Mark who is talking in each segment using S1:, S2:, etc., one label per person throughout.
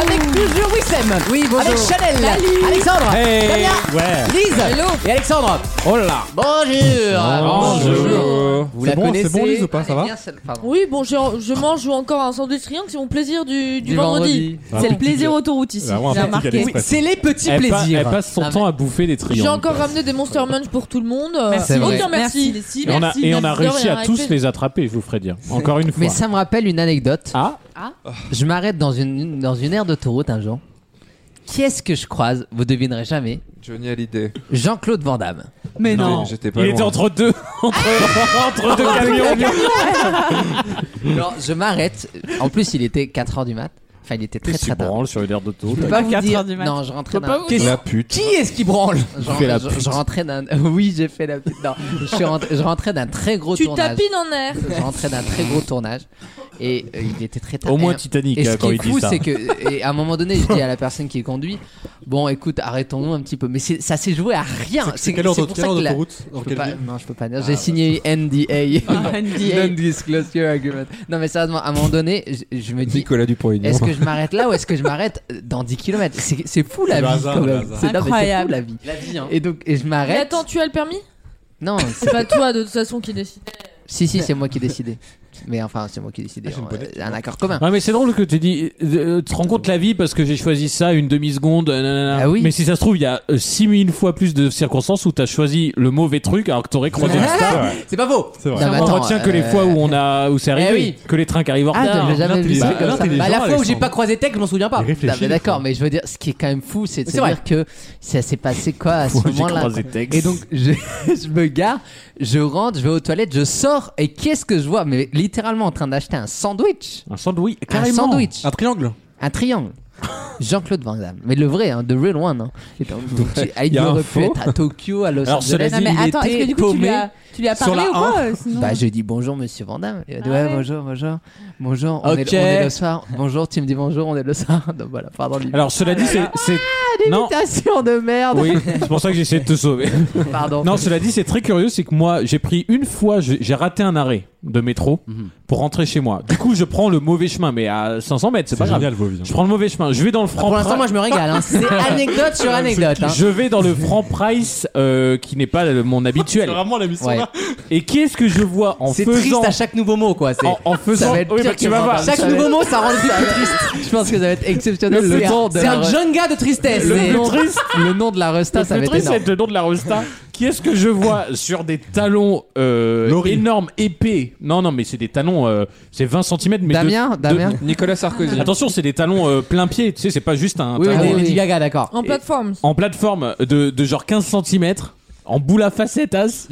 S1: Avec toujours Wissem.
S2: Oui, bonjour.
S1: Avec Chanel.
S2: Salut.
S1: Alexandre.
S3: Hey.
S1: Damien.
S3: Ouais.
S1: Lise.
S2: Hello.
S1: Et Alexandre.
S3: Oh là
S1: Ah, Bonjour. Vous la
S3: C'est bon,
S1: connaissez
S3: c'est bon, Lise, ou
S1: hein.
S3: pas Ça va
S2: Oui, bon, j'ai- je mange ou encore un sandwich triangle, c'est mon plaisir du, du vendredi.
S3: Ah,
S4: C'est le
S3: petit-
S4: plaisir autoroute ici.
S3: Ah, ouais, un
S4: J'ai
S3: petit
S4: remarqué.
S3: galette.
S1: Oui, c'est les petits
S3: elle, pa-
S1: plaisirs.
S3: elle passe son
S1: Non,
S3: temps à bouffer des
S2: J'ai
S3: triangles.
S2: encore ramené des Monster Munch pour tout le monde. euh,
S4: hein, Merci,
S2: oh,
S1: vrai.
S2: bien, merci.
S4: merci.
S3: Et on a, et on a
S2: merci,
S3: réussi
S2: de
S3: à
S2: rien
S3: tous
S2: arrêter.
S3: les attraper, je vous ferai dire. Encore une fois.
S1: Mais ça me rappelle une anecdote.
S3: Ah,
S1: Je m'arrête dans une, dans une aire d'autoroute un jour. Qui est-ce que je croise Vous devinerez jamais.
S5: Johnny Hallyday.
S1: Jean-Claude Van Damme.
S4: Mais
S3: non.
S4: non.
S5: J'étais pas
S3: il
S5: loin.
S3: était entre deux, entre, entre
S1: Ah,
S3: deux camions.
S1: Alors, je m'arrête. En plus, il était 4h du mat. Enfin, il était très
S3: Qu'est-ce que tu
S1: très tard.
S3: branles sur une aire d'auto
S1: Je peux
S4: Pas
S1: vous
S4: 4
S1: dire-
S4: heures du mat.
S1: Non, je rentrais
S4: Faut pas
S1: d'un.
S4: vous
S1: Qu'est-ce-
S5: La pute.
S1: Qui est-ce qui branle
S3: Tu fais la
S1: je,
S3: pute.
S1: je rentrais d'un. Oui, j'ai fait la pute. Non, je, suis rentré- je rentrais d'un très gros
S4: Tu
S1: tournage.
S4: tapines en air.
S1: Je rentrais d'un très gros tournage et euh, il était très tard.
S3: Au moins
S1: Et-
S3: Titanic
S1: Et ce
S3: euh,
S1: qui
S3: quand il
S1: est
S3: dit
S1: fou,
S3: ça.
S1: c'est que et à un moment donné, je dis à la personne qui conduit, bon, écoute, arrêtons-nous un petit peu. Mais c'est- ça s'est joué à rien. C'est
S6: Quelle heure
S1: c'est
S6: d'auto-
S1: pour
S6: quelle
S1: ça
S6: heure
S1: que la-
S6: d'autoroute Dans
S1: je peux
S6: quelle
S1: pas-
S6: ville Ah, bah,
S1: Non, je peux pas dire. J'ai signé NDA.
S4: NDA.
S1: Non-disclosure agreement. Non, mais sérieusement, à un moment donné, je, je me dis.
S5: Nicolas Dupont-Aignan.
S1: Est-ce que je m'arrête là ou est-ce que je m'arrête dans 10 km C'est c'est fou la
S6: C'est le
S1: vie
S6: hasard,
S1: quand
S6: le
S1: même.
S6: hasard.
S1: C'est non, mais c'est fou
S4: Incroyable.
S1: la vie.
S6: La vie, hein.
S1: Et donc et je
S4: Mais
S1: m'arrête.
S4: attends, tu as le permis
S1: Non, c'est-
S4: C'est pas toi de toute façon qui décide.
S1: si si, c'est moi qui ai décidé. Mais enfin, c'est moi qui ai décidé.
S6: j'ai une
S1: Euh,
S6: bonnette,
S1: un accord commun.
S3: Ah mais c'est drôle que tu dis, euh, euh, tu te rends compte la vie parce que j'ai choisi ça une demi seconde. nanana.
S1: Ah oui.
S3: Mais si ça se trouve, il y a euh, 6000 fois plus de circonstances où t'as choisi le mauvais truc alors que t'aurais croisé une star.
S1: C'est pas faux.
S6: C'est vrai.
S1: Non, mais
S3: On
S1: attends,
S3: retient que les
S1: euh,
S3: fois où on a où c'est arrivé,
S1: eh oui.
S3: que les trains qui arrivent en
S1: Ah,
S3: retard.
S1: j'avais jamais vu ça
S6: L'intelligent-
S1: comme ça.
S6: l'intelligent,
S1: Bah, la fois où j'ai
S6: Alexandre.
S1: pas croisé Tech, je m'en souviens pas.
S6: Il réfléchit,
S1: Non, mais
S6: des
S1: D'accord,
S6: fois.
S1: mais je veux dire, ce qui est quand même fou, c'est de C'est se vrai. dire que ça s'est passé quoi à ce
S3: J'ai
S1: moment-là.
S3: croisé
S1: quoi.
S3: Tex.
S1: Et donc, je, je me gare, je rentre, je vais aux toilettes, je sors, et qu'est-ce que je vois Mais littéralement en train d'acheter un sandwich.
S3: Un sandwich,
S1: Un
S3: carrément.
S1: sandwich.
S6: Un triangle
S1: Un triangle. Jean-Claude Van Damme. Mais le vrai, hein, the real one. Hein. Et donc, tu- ah,
S5: y
S1: il
S5: a un
S1: aurait pu
S5: faux.
S1: être à Tokyo, à Los
S3: Alors, cela
S1: Angeles.
S3: dit,
S1: il
S3: il
S1: était
S4: est-ce que du coup tu
S1: paumé.
S4: lui as, tu lui as
S6: Sur
S4: parlé
S6: la
S4: ou quoi euh, sinon
S1: Bah, je dis bonjour, monsieur Van Damme. Il a dit,
S4: Ah
S1: ouais,
S4: ouais.
S1: bonjour, bonjour. Bonjour, on,
S3: Ok.
S1: est, on est le soir. Bonjour, tu me dis bonjour, on est le soir. Donc voilà, pardon.
S3: Alors cela dit, c'est c'est-
S1: Ah,
S3: non.
S1: Imitation Ah, de merde.
S3: Oui, c'est pour ça que j'ai essayé de te sauver.
S1: Pardon.
S3: Non, cela dit, c'est très curieux, c'est que moi, j'ai pris une fois, je- j'ai raté un arrêt de métro
S1: Mhm.
S3: pour rentrer chez moi. Du coup, je prends le mauvais chemin, mais à 500 mètres, c'est pas
S6: C'est
S3: grave.
S6: génial, vos vies.
S3: Je prends le mauvais chemin. Je vais dans le franc.
S1: Pour l'instant, moi, je me régale. hein. C'est anecdote sur anecdote. hein.
S3: Je vais dans le franc price euh, qui n'est pas le- mon habituel.
S6: vraiment la mission
S1: Ouais.
S3: Et qu'est-ce que je vois en
S1: C'est
S3: faisant
S1: triste à chaque nouveau mot, quoi. C'est-
S3: en, en faisant
S1: Ça va être
S3: Oui,
S1: pire
S3: bah, tu
S1: que
S3: vas
S1: Vandame.
S3: voir.
S1: Chaque
S3: Ça va
S1: nouveau mot, ça rend le truc plus triste. Je pense que ça va être exceptionnel.
S3: Le
S1: C'est
S3: temps
S1: un-
S3: de
S1: c'est
S3: la
S1: un
S3: re-
S1: Jenga de tristesse.
S3: Le-
S1: C'est-
S3: le triste-
S1: le nom de la resta,
S3: Ah, Le
S1: ça va
S3: plus
S1: être
S3: triste,
S1: énorme.
S3: c'est le nom de la Rosta. Qui est-ce que je vois sur des talons euh,
S6: Laurie.
S3: énormes, épais Non, non, mais c'est des talons, euh, c'est 20 cm. Mais de-
S1: Damien,
S3: de-
S1: Damien.
S5: Nicolas Sarkozy.
S3: Attention, c'est des talons euh, plein pied. Tu sais, c'est pas juste un
S1: Oui,
S3: talon.
S1: oui,
S3: euh,
S1: Lady Gaga, d'accord.
S4: En plateforme.
S3: En plateforme de, de genre 15 cm, en boule à facettes, as.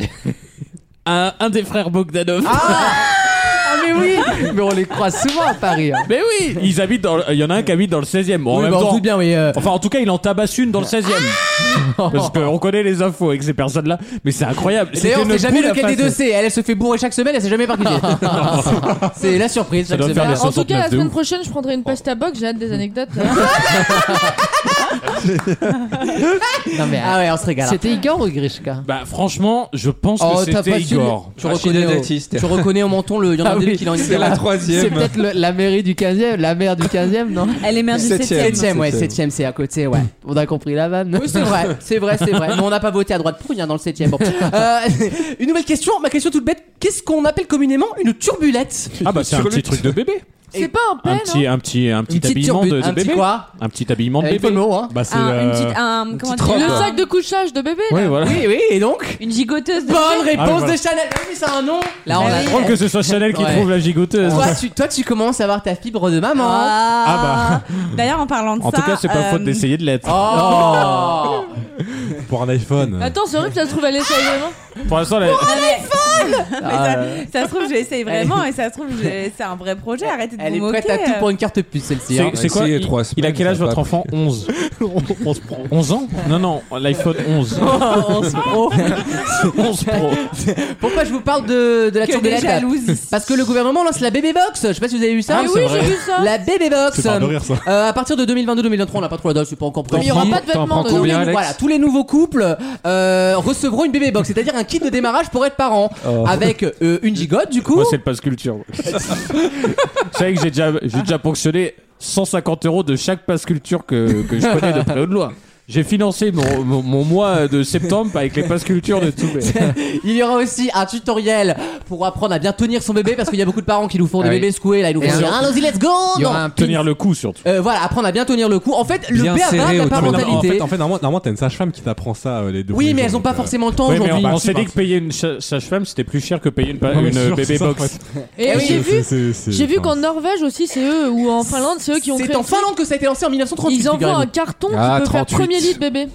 S3: un, un des frères Bogdanov.
S1: Ah, mais oui. Mais on les croise souvent à Paris. hein.
S3: Mais oui Ils habitent dans. le- Il y en a un qui habite dans le 16 e
S1: Oui, bah, on se doute bien, oui. euh,
S3: Enfin, en tout cas, il en tabasse une dans le 16 e Parce qu'on connaît les infos avec ces personnes-là. Mais c'est incroyable.
S1: Et D'ailleurs, on sait
S3: C'était une
S1: jamais
S3: boule à
S1: lequel des deux
S3: facettes.
S1: c'est. Elle, elle se fait bourrer chaque semaine, elle sait jamais par qui c'est. C'est la surprise
S3: Ça
S1: chaque
S3: doit faire
S1: semaine.
S3: des-
S4: En tout cas,
S3: 69
S4: la
S3: de
S4: semaine
S3: ouf.
S4: prochaine, je prendrai une pasta box, j'ai hâte des anecdotes. hein.
S1: Non, mais, ah ouais, on se régale. C'était Igor ou Grishka
S3: Bah franchement, je pense
S1: Oh,
S3: que
S1: t'as pas
S3: c'était
S1: su-
S3: Igor.
S1: Tu
S5: Rachid
S1: reconnais, au,
S5: Dati, c'était-
S1: tu reconnais au menton le. Il y en a
S3: Ah
S1: des
S3: oui,
S1: deux qui l'ont
S5: C'est la
S1: C'est bah,
S5: troisième.
S1: peut-être le- la mairie du 15e, la maire du 15e, non
S4: Elle est mère
S5: du Septième. septième.
S1: 7 ouais,
S5: Septième.
S1: 7 c'est à côté, ouais. On a compris la vanne. Oui, c'est vrai, c'est vrai, c'est vrai. Mais on n'a pas voté à droite pour, il y a dans le 7 Bon. Euh, une nouvelle question, ma question toute bête. Qu'est-ce qu'on appelle communément une turbulette
S3: Ah bah c'est un petit truc de bébé.
S4: C'est pas un hein.
S3: Un
S4: pelle,
S3: petit, un petit, un petit
S1: Une petite
S3: habillement de,
S1: turbulette.
S3: de
S1: Un petit
S3: bébé.
S1: quoi
S3: un petit habillement de
S1: Avec
S3: bébé.
S1: le mot, hein.
S6: Bah, c'est.
S4: un, une
S6: euh,
S4: petite, un, comment dire,
S5: robe.
S4: le sac de couchage de bébé,
S3: Oui
S4: là.
S3: voilà.
S1: Oui, oui, et donc
S4: une gigoteuse de
S1: Bonne
S4: bébé.
S1: réponse
S3: Ah, voilà.
S1: de Chanel. Oui, c'est un nom. Là, on
S4: Ah
S1: a
S4: oui.
S3: Drôle que ce soit Chanel qui
S1: Ouais.
S3: trouve la gigoteuse.
S1: Toi tu, toi, tu commences à avoir ta fibre de maman.
S3: Ah
S4: D'ailleurs, en parlant de
S3: En tout cas, c'est pas
S4: euh,
S3: faute d'essayer de l'être. Ah.
S1: Oh
S6: Pour un iPhone.
S4: Attends, c'est horrible, ça se trouve, hein. elle essaye vraiment.
S3: Pour l'instant, la-
S1: Euh,
S7: Ça se trouve, j'essaye vraiment et ça se trouve, j'ai- c'est un vrai projet. Arrêtez de
S1: Elle est
S7: vous moquer.
S1: prête à tout pour une carte puce celle-ci. hein.
S3: c'est c'est
S5: on a
S3: quoi
S5: essayé
S3: il,
S5: trois
S3: il a
S5: semaines,
S3: quel âge
S5: ça a
S3: votre
S5: pas
S3: enfant 11. 11 ans Non non, l'iPhone 11. Oh,
S1: On se pro.
S3: 11 Pro.
S1: Pourquoi je vous parle de, de la
S7: euh, que des
S1: turbulette
S7: jalouses ici.
S1: Parce que le gouvernement lance la bébé box. Je sais pas si vous avez vu ça.
S3: Ah, Mais c'est oui, vrai. j'ai
S1: vu ça. La bébé box.
S6: C'est pas de rire, ça.
S1: Euh, à partir de 2022-2023, on n'a pas trop la date, c'est pas encore
S3: Tant
S1: promis.
S3: pis.
S1: Il y aura pas de
S3: T'en
S1: vêtements.
S3: prends
S1: de-
S3: combien,
S1: Voilà, tous les nouveaux couples euh, recevront une bébé box, c'est-à-dire un kit de démarrage pour être parent avec euh, une gigote du coup.
S3: Moi, Oh. c'est le passe culture. Vous savez que j'ai déjà, j'ai déjà ponctionné 150 euros de chaque passe culture que, que je connais de près ou de loin. J'ai financé mon, mon- mon mois de septembre avec les passe culture de tout.
S1: Il y aura aussi un tutoriel pour apprendre à bien tenir son bébé parce qu'il y a beaucoup de parents qui nous font
S5: Ah
S1: des
S5: oui.
S1: bébés secoués là ils nous
S5: Et
S1: font
S5: un-
S1: dire allons-y let's go
S5: Il y
S1: non.
S5: aura un pin.
S3: Tenir le coup surtout.
S1: Euh, voilà apprendre à bien tenir le coup en fait le
S5: Bien
S1: BABA de
S5: serré
S1: la
S5: autour.
S6: Non, mais non, en,
S1: parentalité
S6: fait, en fait, normalement, normalement, t'as une sage-femme qui t'apprend ça euh, les deux.
S1: oui
S6: premiers
S1: mais elles
S6: jours,
S1: ont pas
S6: donc, euh,
S1: forcément le temps
S3: Ouais, mais on,
S1: aujourd'hui
S3: on s'est dit que payer une cha- sage-femme c'était plus cher que payer une, pa-
S6: Non, mais
S3: une,
S6: c'est sûr,
S3: bébé
S6: c'est ça,
S3: box.
S6: en fait.
S2: Et
S1: Eh oui.
S2: j'ai vu,
S6: C'est- c'est-
S2: j'ai vu
S6: enfin,
S2: qu'en Norvège aussi, c'est eux, ou en Finlande, c'est eux qui ont créé.
S1: c'est en Finlande que ça a été lancé en 1938
S2: Ils envoient
S1: figurez-vous.
S2: un carton
S5: Ah,
S2: qui peut
S5: 38.
S2: faire premier lit de bébé.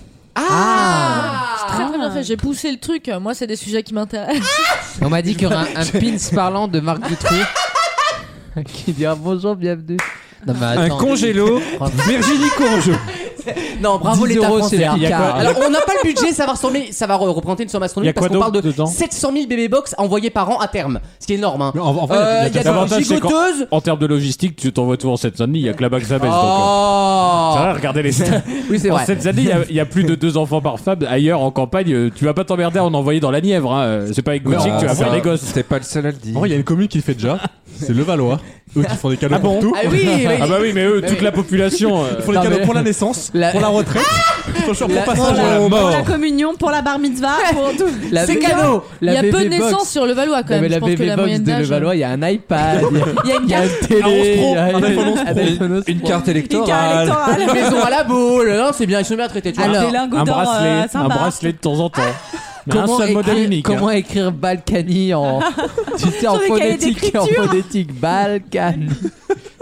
S1: ah,
S2: Très très bien fait, j'ai poussé le truc. Moi, c'est des sujets qui m'intéressent.
S5: On m'a dit qu'il y aura un, un pins parlant de Marc Dutroux. qui dira bonjour, bienvenue. Non, mais
S6: Un
S5: attends.
S6: congélo, Virginie Courgeot.
S1: non bravo
S5: 10
S1: l'État
S5: euros,
S1: français
S5: c'est
S1: hein.
S5: le quart.
S1: alors on n'a pas le budget ça va ressembler ça va re- représenter une somme
S3: Il y a
S1: astronomique
S3: quoi
S1: parce qu'on
S3: d'autre
S1: parle de
S3: dedans
S1: 700 000 bébés box envoyés par an à terme ce qui est énorme hein.
S6: Mais en- en vrai,
S1: Euh, il y a des
S3: L'avantage, c'est qu'en-
S1: gigoteuses
S3: En termes de logistique, tu t'envoies tout en Seine-Saint-Denis, il y a que là-bas que ça baisse. donc, euh,
S1: Oh
S3: c'est vrai, regardez les stats.
S1: Oui, c'est
S3: En
S1: vrai.
S3: Seine-Saint-Denis, il y a- il y, a plus de deux enfants par femme. Ailleurs, en campagne, euh, tu vas pas t'emmerder à en envoyer dans la Nièvre. hein. Euh, C'est pas avec Gauthier que tu vas faire des gosses.
S5: T'es pas le seul à le dire.
S6: En vrai, il y a une commune qui le fait déjà. C'est le Valois. Eux qui font des cadeaux
S3: Ah bon
S6: pour tout.
S1: Ah oui, oui.
S3: Ah bah oui, mais eux, toute
S1: oui.
S3: la population. euh,
S6: Ils font des
S1: Non,
S6: cadeaux
S1: mais-
S6: pour la naissance,
S1: La-
S6: pour la retraite, pour le
S1: La-
S6: passage
S1: pour la
S6: à la
S7: Pour
S6: mort.
S7: Oh, la communion, pour la bar mitzvah, pour tout.
S1: La-
S2: C'est
S1: cadeau.
S2: Il y a peu
S5: box.
S2: de naissances sur le Valois quand
S5: Non,
S2: même.
S5: mais
S2: Je
S5: la
S2: pense que
S5: BB
S2: la
S5: Box
S2: moyenne
S5: de
S2: d'âge.
S5: Levallois, il y a un iPad, il y a-
S1: Il y a une
S5: il y a
S1: carte
S5: une télé, il y a
S6: un iPhone 11 Pro.
S5: un iPhone 11 Une carte
S7: Une carte
S5: électorale.
S7: électorale.
S1: une maison à la boule. Non, c'est bien, ils sont bien traités. Tu vois.
S7: Alors, des lingots
S3: un
S7: d'or
S3: bracelet,
S7: euh,
S3: un
S7: sympa.
S3: bracelet de temps en temps. Mais un
S5: Comment
S3: seul modèle
S5: écrire-
S3: unique. hein.
S5: Comment écrire Balkany en tu sais, en
S7: Sur des cahiers
S5: phonétique en
S7: d'écriture.
S5: phonétique Balkany.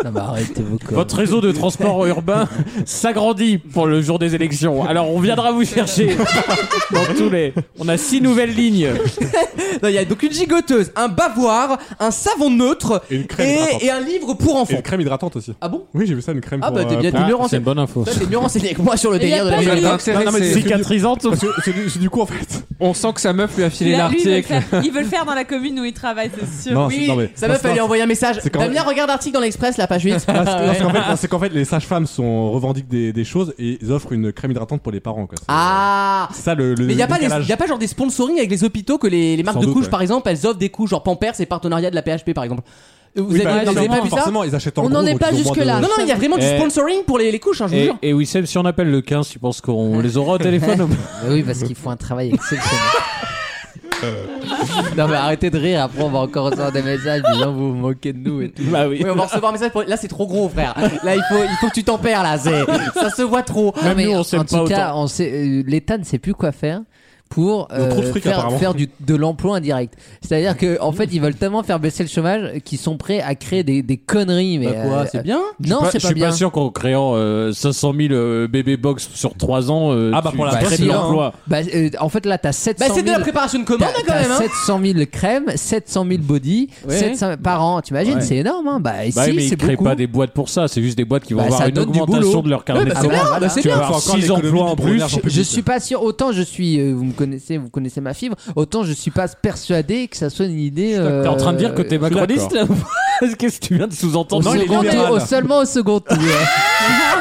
S5: Non mais arrêtez vos conneries.
S3: hein. Votre réseau de transport urbain s'agrandit pour le jour des élections. Alors on viendra vous chercher dans tous les. On a six nouvelles lignes.
S1: Non, il y a donc une gigoteuse, un bavoir, un savon neutre
S6: Et une crème hydratante.
S1: et, et un livre pour
S6: Et
S1: enfants.
S6: une crème hydratante aussi.
S1: Ah bon
S6: Oui, j'ai vu ça, une crème
S1: Ah
S6: pour,
S1: bah, t'es
S6: euh,
S1: bien-
S6: pour-
S1: Ah, c'est une
S3: bonne info.
S1: Toi, t'es mieux renseigné que moi sur le
S2: Et il y
S1: délire
S2: a
S1: de la
S2: pas
S5: Il va
S1: gigoteuse.
S5: l'intéresser.
S6: Non, non, mais-
S3: Cicatrisante.
S6: Parce que c'est du, c'est du coup en fait.
S5: On sent que sa meuf lui a filé
S7: Là, lui, il veut le
S5: l'article.
S7: faire- il veut le faire dans la commune où il travaille, c'est sûr.
S6: Non,
S1: Oui,
S6: c'est- non, mais-
S1: ça
S6: non,
S1: meuf,
S6: c'est-
S1: elle lui a
S6: non,
S1: envoyé un message.
S6: c'est quand-
S1: Damien, regarde l'article dans l'Express, la page 8.
S6: Parce que- parce qu'en fait, non, c'est qu'en fait, les sages-femmes sont revendiquent des, des choses et ils offrent une crème hydratante pour les parents. Quoi. C'est-
S1: Ah
S6: c'est ça le. le
S1: mais il n'y a, pas les-
S6: décalage.
S1: y a pas genre des sponsoring avec les hôpitaux que les, les marques
S6: Sans
S1: de
S6: doute,
S1: couches
S6: ouais.
S1: par exemple elles offrent des couches genre Pampers et partenariat de la PHP par exemple. Euh, Vous
S6: Oui, bah,
S1: avez, vous
S6: non,
S1: avez
S6: mais
S1: pas vu ça
S6: Forcément, ils achètent en
S2: On
S6: gros,
S2: n'en est
S6: donc
S2: pas
S6: ils ont moins
S2: jusque-là.
S6: de-
S1: Non non mais il y a vraiment du
S3: Eh.
S1: sponsoring pour les, les couches hein,
S6: Eh.
S1: je vous
S3: Et,
S1: jure.
S3: et Wissem, si on appelle le 15, tu penses qu'on les aura au téléphone
S5: Mais oui parce qu'il faut un travail exceptionnel. non mais arrêtez de rire, après on va encore recevoir des messages disant vous vous moquez de nous et tout.
S3: Bah oui.
S1: Oui, on va recevoir un message. Pour... Là, c'est trop gros, frère. Là, il faut, il faut que tu t'en perds. Là, c'est- ça se voit trop.
S5: Non, mais
S3: nous, on
S5: en-
S3: s'aime
S5: en
S3: pas
S5: tout cas, on sait, euh, l'État ne sait plus quoi faire pour euh,
S6: Ils ont trop de fric,
S5: faire,
S6: apparemment.
S5: faire du, de l'emploi indirect. C'est-à-dire que en fait, ils veulent tellement faire baisser le chômage qu'ils sont prêts à créer des, des conneries. Mais euh,
S1: bien.
S5: Non,
S3: Bah,
S5: c'est
S3: je
S5: pas,
S3: suis
S5: bien.
S3: pas sûr qu'en créant euh, 500 000 euh, bébé box sur 3 ans, euh,
S6: Ah bah,
S3: tu
S6: pour la
S3: crées
S5: presse,
S3: de
S5: non.
S3: l'emploi.
S5: Bah, euh, en fait, là, t'as 700
S1: Bah,
S5: 000...
S1: c'est de la préparation de commande, hein,
S5: t'as- t'as
S1: quand même. hein.
S5: 700 000 crèmes, 700 000 body,
S1: Ouais.
S5: 700 par an, t'imagines, c'est énorme. Hein bah ici,
S3: Bah oui, mais ils
S5: c'est
S3: créent
S5: beaucoup.
S3: pas des boîtes pour ça, c'est juste des boîtes qui vont
S5: Bah, ça
S3: avoir une
S5: donne du
S3: augmentation
S5: boulot.
S3: de leur carnet
S1: bah,
S3: de
S1: c'est
S3: commandes.
S1: bien, bah, c'est
S3: Tu vas
S1: bien.
S3: avoir
S6: Faut encore
S3: 6
S6: l'économie
S3: emplois en
S6: du
S3: plus.
S6: brouillard, j'en peux
S5: Je
S6: plus.
S5: suis pas sûr. Autant je suis, euh, vous me connaissez, vous connaissez ma fibre. Autant je suis pas persuadé que ça soit une idée.
S3: T'es en train de dire que
S5: euh,
S3: t'es macroniste là Qu'est-ce que tu viens de
S5: Au
S3: sous-entendre
S6: Non, il est
S5: second
S6: libéral.
S5: tour, au- seulement au second tour.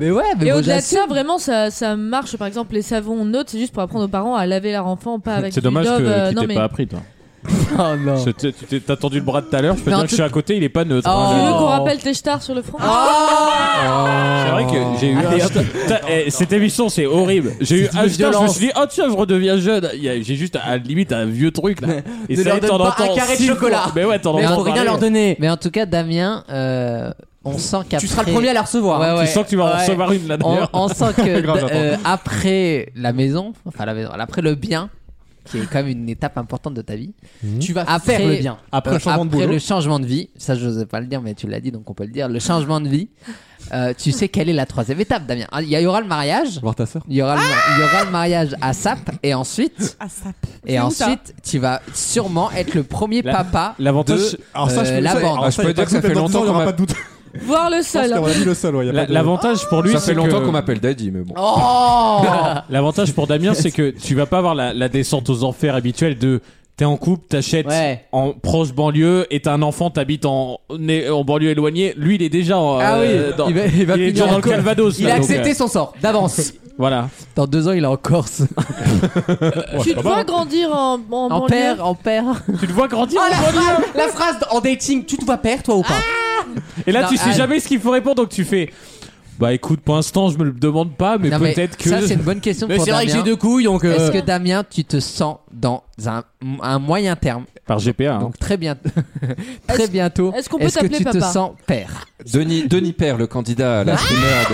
S5: mais ouais, mais
S2: Et
S5: bon,
S2: au-delà de
S5: j'assume.
S2: ça, vraiment, ça, ça marche. Par exemple, les savons neutres, c'est juste pour apprendre aux parents à laver leur enfant, pas avec
S3: C'est
S2: du
S3: dommage
S2: Dove, euh,
S3: que tu
S2: non,
S3: t'es
S2: mais...
S3: pas appris, toi.
S5: Oh non.
S3: Parce que t'es- tu t'es- T'as tendu le bras de tout à l'heure, je peux
S5: Mais en
S3: dire que
S5: tout- Ah,
S3: je suis à côté, il est pas neutre.
S2: Tu veux
S3: hein.
S2: qu'on rappelle tes stars sur le front
S5: Oh
S1: Ah.
S3: C'est vrai que j'ai eu un hashtag- Putain, eh, Cette émission, c'est horrible. J'ai eu hashtag, je me
S1: violence.
S3: suis dit, oh tiens, je redeviens jeune. Il y a- J'ai juste, à la limite, un vieux truc là. Et
S1: Ne
S3: ça,
S1: leur
S3: y est,
S1: donne
S3: t'en
S1: pas un
S3: entends
S1: carré de
S3: six
S1: chocolat.
S3: fois. Mais ouais, t'en
S1: Mais
S3: entends
S1: faut rien
S3: parler.
S1: leur donner.
S5: Mais en tout cas, Damien, euh, on sent qu'après.
S1: Tu seras le premier à la recevoir.
S5: Ouais,
S1: hein.
S5: ouais.
S3: Tu sens que tu vas en
S5: Ouais.
S3: recevoir une là
S5: On,
S3: d'ailleurs.
S5: on sent que
S6: Grave, j'attends.
S5: euh, après la maison, enfin la maison, après le bien, qui est quand même une étape importante de ta vie,
S1: Tu vas
S5: Après-
S1: faire le bien.
S6: Après
S5: euh,
S6: le changement de
S5: après
S6: boulot.
S5: le changement de vie, ça j'osais pas le dire, mais tu l'as dit donc on peut le dire, le changement de vie, euh, tu sais quelle est la troisième étape, Damien Ah, Il y aura le mariage,
S6: Voir ta sœur.
S5: il y aura le, il y aura le mariage à SAP, et ensuite.
S7: Ah, ça.
S5: Et
S7: C'est où, ça
S5: ensuite, tu vas sûrement être le premier
S3: La-
S5: papa.
S3: L'avantage,
S5: de-
S6: Alors ça,
S5: Euh,
S6: je
S5: la bande.
S6: alors
S5: Ah,
S6: ça,
S5: je
S6: y a
S5: peux dire
S6: pas de
S5: que ça
S6: doute,
S5: fait
S6: mais dans le temps,
S5: longtemps
S6: Il y
S5: qu'on
S6: aura pas de doute.
S2: Voir le
S6: Parce
S2: sol.
S6: qu'on a dit le seul. ouais, y a
S3: la-
S6: pas de-
S3: l'avantage pour lui,
S5: Ça
S3: c'est
S5: fait
S3: que-
S5: longtemps qu'on m'appelle Daddy, mais bon.
S1: Oh
S3: L'avantage pour Damien, c'est que tu vas pas avoir la, la descente aux enfers habituelle de t'es en couple, t'achètes
S1: Ouais.
S3: en proche banlieue et t'as un enfant, t'habites en, né- en banlieue éloignée. Lui, il est déjà en,
S1: Ah oui,
S3: euh, dans,
S1: il va- il va
S3: est
S1: finir
S3: déjà dans
S1: en
S3: le
S1: co-
S3: Calvados.
S1: Il
S3: là,
S1: a
S3: donc,
S1: accepté
S3: euh,
S1: son sort d'avance.
S3: Voilà.
S5: Dans deux ans, il est en Corse.
S2: Tu te vois grandir en, en,
S5: En
S2: banlieue
S5: père, en père.
S3: Tu le vois grandir
S1: Oh, la, phrase, la phrase en dating, tu te vois père toi ou pas
S3: hein. Et là,
S5: Non,
S3: tu sais
S5: ah.
S3: jamais ce qu'il faut répondre, donc tu fais. Bah écoute, pour l'instant, je me le demande pas, mais
S5: Non,
S3: peut-être que.
S5: Ça, c'est une bonne question pour Damien.
S1: couilles donc. euh,
S5: Est-ce que Damien, tu te sens dans un, un moyen terme,
S3: Par GPA. hein.
S5: donc très bien, très bientôt,
S2: est-ce qu'on peut
S5: que
S2: t'appeler
S5: tu te
S2: papa
S5: sens père
S8: Denis, Denis Père, le candidat à
S1: Ah.
S8: la primaire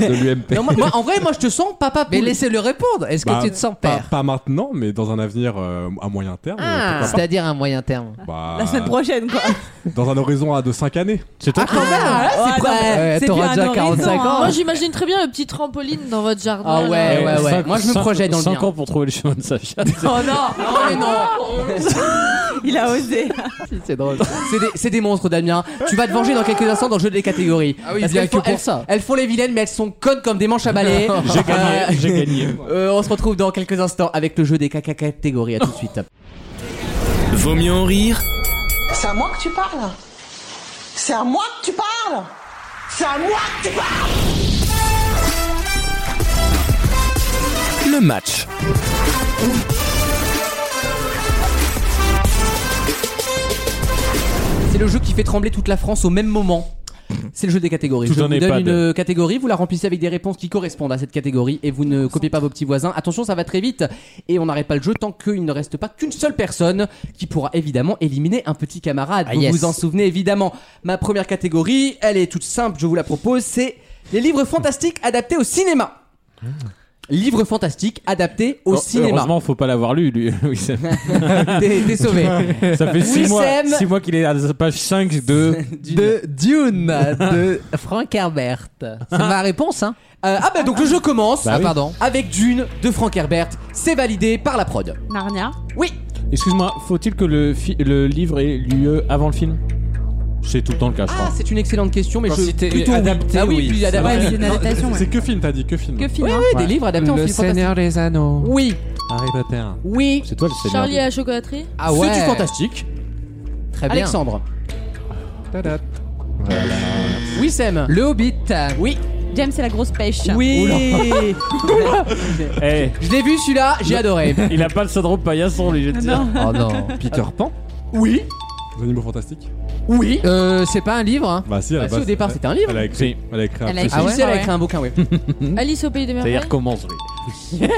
S8: de, de l'UMP.
S1: non, moi- moi, en vrai, moi je te sens papa.
S5: Mais
S1: poule.
S5: laissez-le répondre. Est-ce que
S6: Bah,
S5: tu te sens
S6: Pas,
S5: père
S6: pas maintenant, mais dans un avenir euh, à moyen terme.
S1: Ah.
S6: pourquoi
S5: C'est-à-dire un moyen terme.
S6: pas. Bah,
S7: La semaine prochaine, quoi.
S6: Dans un horizon à de 5 années.
S3: C'est toi.
S1: quand même, là, Ah, c'est
S7: Ouais,
S1: pas-
S7: non,
S5: Ouais,
S7: c'est
S5: t'auras
S7: plus un
S5: déjà 45
S7: horizon,
S5: ans.
S2: Moi, j'imagine très bien le petit trampoline dans votre jardin.
S1: Ah
S2: là.
S1: ouais, ouais, ouais.
S3: Cinq-
S1: Moi je me
S3: cinq-
S1: projette dans le
S3: cinq
S1: mien.
S3: ans pour trouver le chemin de sa chatte.
S1: Oh non, non, mais non.
S7: Il a osé.
S5: C'est drôle.
S1: C'est des, c'est des monstres, Damien. Tu vas te venger dans quelques instants dans le jeu des catégories.
S5: Ah oui,
S1: Parce
S5: bien
S1: qu'elles
S5: que
S1: font-
S5: pour
S1: elles-
S5: ça.
S1: Elles font les vilaines, mais elles sont connes comme des manches à balai.
S3: J'ai gagné. J'ai gagné.
S1: Euh, on se retrouve dans quelques instants avec le jeu des caca catégories. À tout de suite.
S9: Vaut mieux en rire
S10: C'est à moi que tu parles C'est à moi que tu parles C'est à moi que tu parles
S9: le match.
S1: C'est le jeu qui fait trembler toute la France au même moment. C'est le jeu des catégories.
S3: Tout
S1: Je
S3: un
S1: vous
S3: EHPAD.
S1: donne une euh, catégorie, vous la remplissez avec des réponses qui correspondent à cette catégorie et vous ne copiez pas vos petits voisins. Attention, ça va très vite et on n'arrête pas le jeu tant qu'il ne reste pas qu'une seule personne qui pourra évidemment éliminer un petit camarade.
S5: Ah,
S1: vous
S5: yes.
S1: vous en souvenez évidemment. Ma première catégorie, elle est toute simple, je vous la propose, c'est les livres fantastiques adaptés au cinéma.
S5: Ah.
S1: Livres fantastiques adaptés au
S3: Oh,
S1: cinéma.
S3: Heureusement, faut pas l'avoir lu, lui. Oui, ça-
S1: T'es t'es sauvé.
S3: Ça fait 6 mois,
S1: Wissem.
S3: six mois qu'il est à la page 5 de.
S5: De Dune de Frank Herbert. C'est ma réponse, hein
S1: Euh, ah bah donc le jeu commence.
S5: Ah, pardon.
S1: avec Dune de Frank Herbert. C'est validé par la prod.
S4: Narnia.
S1: Oui,
S3: Excuse-moi, faut-il que le, fi- le livre ait lieu avant le film C'est tout le temps le cas, je
S1: ah,
S3: crois.
S1: c'est une excellente question, mais
S8: Quand
S1: je
S8: c'était
S1: plutôt oui.
S8: adapté,
S1: Ah oui,
S8: oui,
S1: puis
S8: c'est
S1: adapté,
S7: Ouais,
S1: oui.
S7: c'est une
S1: Ah,
S7: adaptation, ouais.
S6: C'est que film, t'as dit Que film
S7: Que film, hein.
S1: Oui, des livres adaptés en film fantastique.
S5: des Anneaux.
S1: Oui,
S6: Harry Potter.
S1: oui.
S3: C'est toi le Seigneur.
S2: Charlie à la chocolaterie.
S5: Ah ouais.
S1: C'est du fantastique.
S5: Très bien.
S1: Alexandre. Oui, Sam.
S5: Le Hobbit.
S1: Oui,
S7: James, c'est la grosse pêche.
S1: oui.
S3: Eh,
S1: je l'ai vu celui-là, j'ai adoré.
S3: il a pas le syndrome paillasson, lui, je
S1: Ah
S3: te dire.
S5: Oh non.
S8: Peter Pan
S1: Oui,
S6: Les animaux fantastiques.
S1: oui.
S5: Euh, c'est pas un livre, hein
S6: Bah si, à la
S1: Bah, si, au
S6: base.
S1: départ, c'était un livre.
S6: Elle
S3: Ah
S6: a écrit. Elle a écrit. un
S7: Elle a
S6: truc.
S7: écrit-
S5: Ah ouais
S1: Si, elle a écrit un bouquin,
S3: Hum.
S1: oui.
S2: Alice au pays des
S3: Ça y
S2: merveilles.
S3: recommence, lui.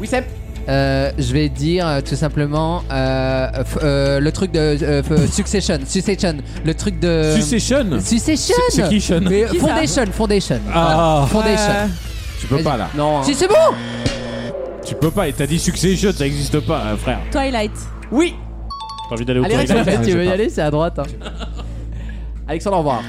S1: Oui, Sam.
S5: Euh, je vais dire euh, tout simplement euh, f- euh, le truc de euh, f- euh, Succession. Succession. Le truc de.
S3: Succession
S5: Succession.
S3: C'est- c'est qui, Sean
S5: Mais
S7: Qui ça
S5: Foundation. Foundation.
S3: Ah,
S5: Foundation.
S1: Euh,
S3: tu peux pas, là.
S1: Non. hein.
S5: Si c'est bon
S3: Tu peux pas, et t'as dit Succession, ça existe pas, hein, frère.
S7: Twilight.
S1: Oui.
S3: T'as envie d'aller au
S1: Allez,
S3: toilette
S1: Alexandre,
S5: Tu veux y aller C'est à droite. hein.
S1: Alexandre, au revoir.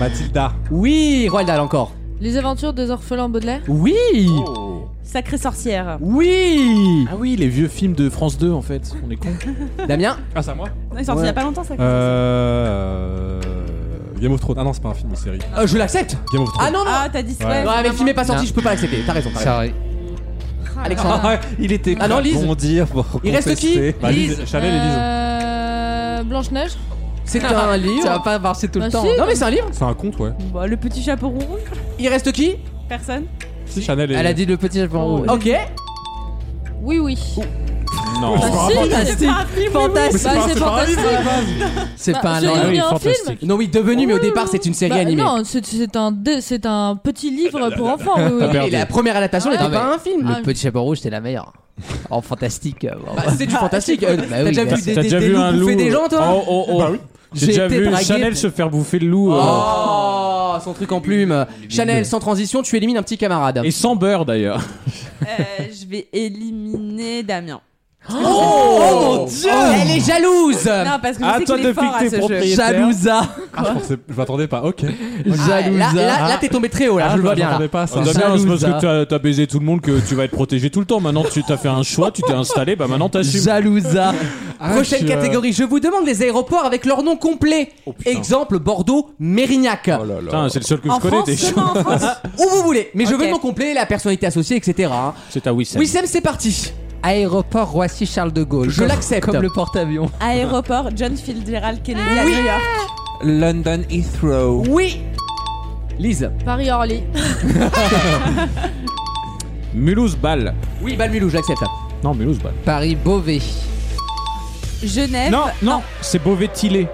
S6: Mathilda.
S1: Oui, Roald Dahl encore.
S2: Les aventures des orphelins Baudelaire.
S1: Oui,
S3: Oh.
S7: Sacrée sorcière.
S1: oui.
S3: Ah oui, les vieux films de France 2, en fait. On est con.
S1: Damien.
S6: Ah, c'est à moi
S7: Non, il est sorti
S1: Ouais.
S7: il y a pas longtemps, Sacrée sorcière.
S6: Euh. Game of Thrones. Ah non, c'est pas un film, une série.
S1: Euh, je l'accepte.
S6: Game of
S1: Ah
S6: Thrones.
S1: non, non.
S7: Ah, t'as dit
S6: Ouais.
S7: vrai.
S1: Non, mais le film est pas sorti,
S5: Non.
S1: je peux pas l'accepter. T'as raison, t'as raison.
S5: Sorry.
S1: Alexandre.
S8: Il était
S1: Ah non, Lise.
S8: bon dire pour
S1: Il reste
S8: contester.
S6: Bah, Lise, Chalet, les Lise.
S2: Euh, Blanche-Neige.
S1: C'est un livre.
S5: Ça va pas marcher tout
S2: Bah
S5: le temps. hein.
S2: si.
S1: Non mais c'est un livre.
S6: C'est un conte, ouais.
S7: Bah, le petit chapeau roux rouge.
S1: Il reste qui
S7: Personne.
S6: Si, Chanel et.
S5: Elle a dit le petit japon rouge.
S1: Ok.
S2: Oui, oui.
S3: Non.
S2: Bah, si,
S7: C'est pas un film, oui, oui.
S5: Fantastique.
S2: Bah, c'est fantastique.
S5: C'est
S2: Bah,
S5: pas un
S2: c'est
S5: livre.
S3: Ah oui,
S2: devenu un film.
S3: fantastique.
S1: Non oui devenu mais au départ c'est une série
S2: Bah,
S1: animée.
S2: Non, c'est- c'est un, dé- c'est un petit livre pour enfants. oui, oui.
S3: Ah,
S1: Et
S3: perdu.
S1: la première adaptation
S2: Ah,
S1: n'était
S5: non,
S1: pas
S5: mais-
S1: un film.
S5: Le petit chapeau rouge, c'est la meilleure. En fantastique. euh, bon.
S1: Bah, c'est du fantastique. Euh, T'as
S5: oui,
S1: déjà
S5: bah,
S1: vu des,
S3: T'as
S1: des,
S3: déjà
S1: des
S3: vu
S1: loups
S3: un loup
S1: bouffer des
S3: euh,
S1: gens toi Bah
S3: Oh, oh, oh. J'ai
S5: J'ai
S3: déjà
S5: été
S3: vu
S5: dragué.
S3: Chanel se faire bouffer le loup. euh,
S1: Oh son truc en plume. Chanel sans transition tu élimines un petit camarade.
S3: Et sans beurre, d'ailleurs.
S7: Euh, Je vais éliminer Damien.
S1: Oh, Elle est jalouse.
S7: Non, parce que je
S3: Ah,
S7: sais
S3: toi,
S7: qu'il est
S3: depuis
S7: fort
S3: que
S7: à
S1: hein,
S3: t'es
S7: ce jeu.
S3: propriétaire.
S5: Jalousa.
S6: Ah, je pensais. Je m'attendais pas, ok. Euh,
S1: Ah, Là, là, là, t'es tombé très haut là.
S6: Ah,
S1: je le vois
S6: je
S1: bien. là.
S6: m'attendais pas à ça.
S3: Ah, Damien, c'est parce
S5: Jalousa.
S3: que t'as- t'as baisé tout le monde que tu vas être protégé tout le temps. Maintenant, tu t'as fait un choix, tu t'es installé, bah maintenant t'assumes.
S5: Jalousa.
S1: Prochaine catégorie. Je vous demande les aéroports avec leur nom complet.
S3: Oh, putain.
S1: Exemple Bordeaux Mérignac.
S8: Oh là là.
S3: Putain, c'est le seul que je
S7: En
S3: connais, t'es
S7: France,
S3: chaud.
S7: seulement en France.
S1: Où vous voulez. Mais je
S7: Ok.
S1: veux le nom complet, la personnalité associée, etc. hein.
S3: C'est à Wissem.
S1: Oui, Sam, c'est parti.
S5: Aéroport Roissy Charles de Gaulle.
S1: Je
S5: Comme-
S1: l'accepte.
S5: Comme le porte-avions.
S7: Aéroport John Fitzgerald Kennedy à New York.
S8: London Heathrow.
S1: Oui. Lise.
S2: Paris-Orly.
S3: Mulhouse-Bâle.
S1: Oui, Balmulou, j'accepte.
S3: Non, Mulhouse-Bâle.
S5: Paris-Beauvais.
S7: Genève.
S3: Non, non, c'est Beauvais-Tillet.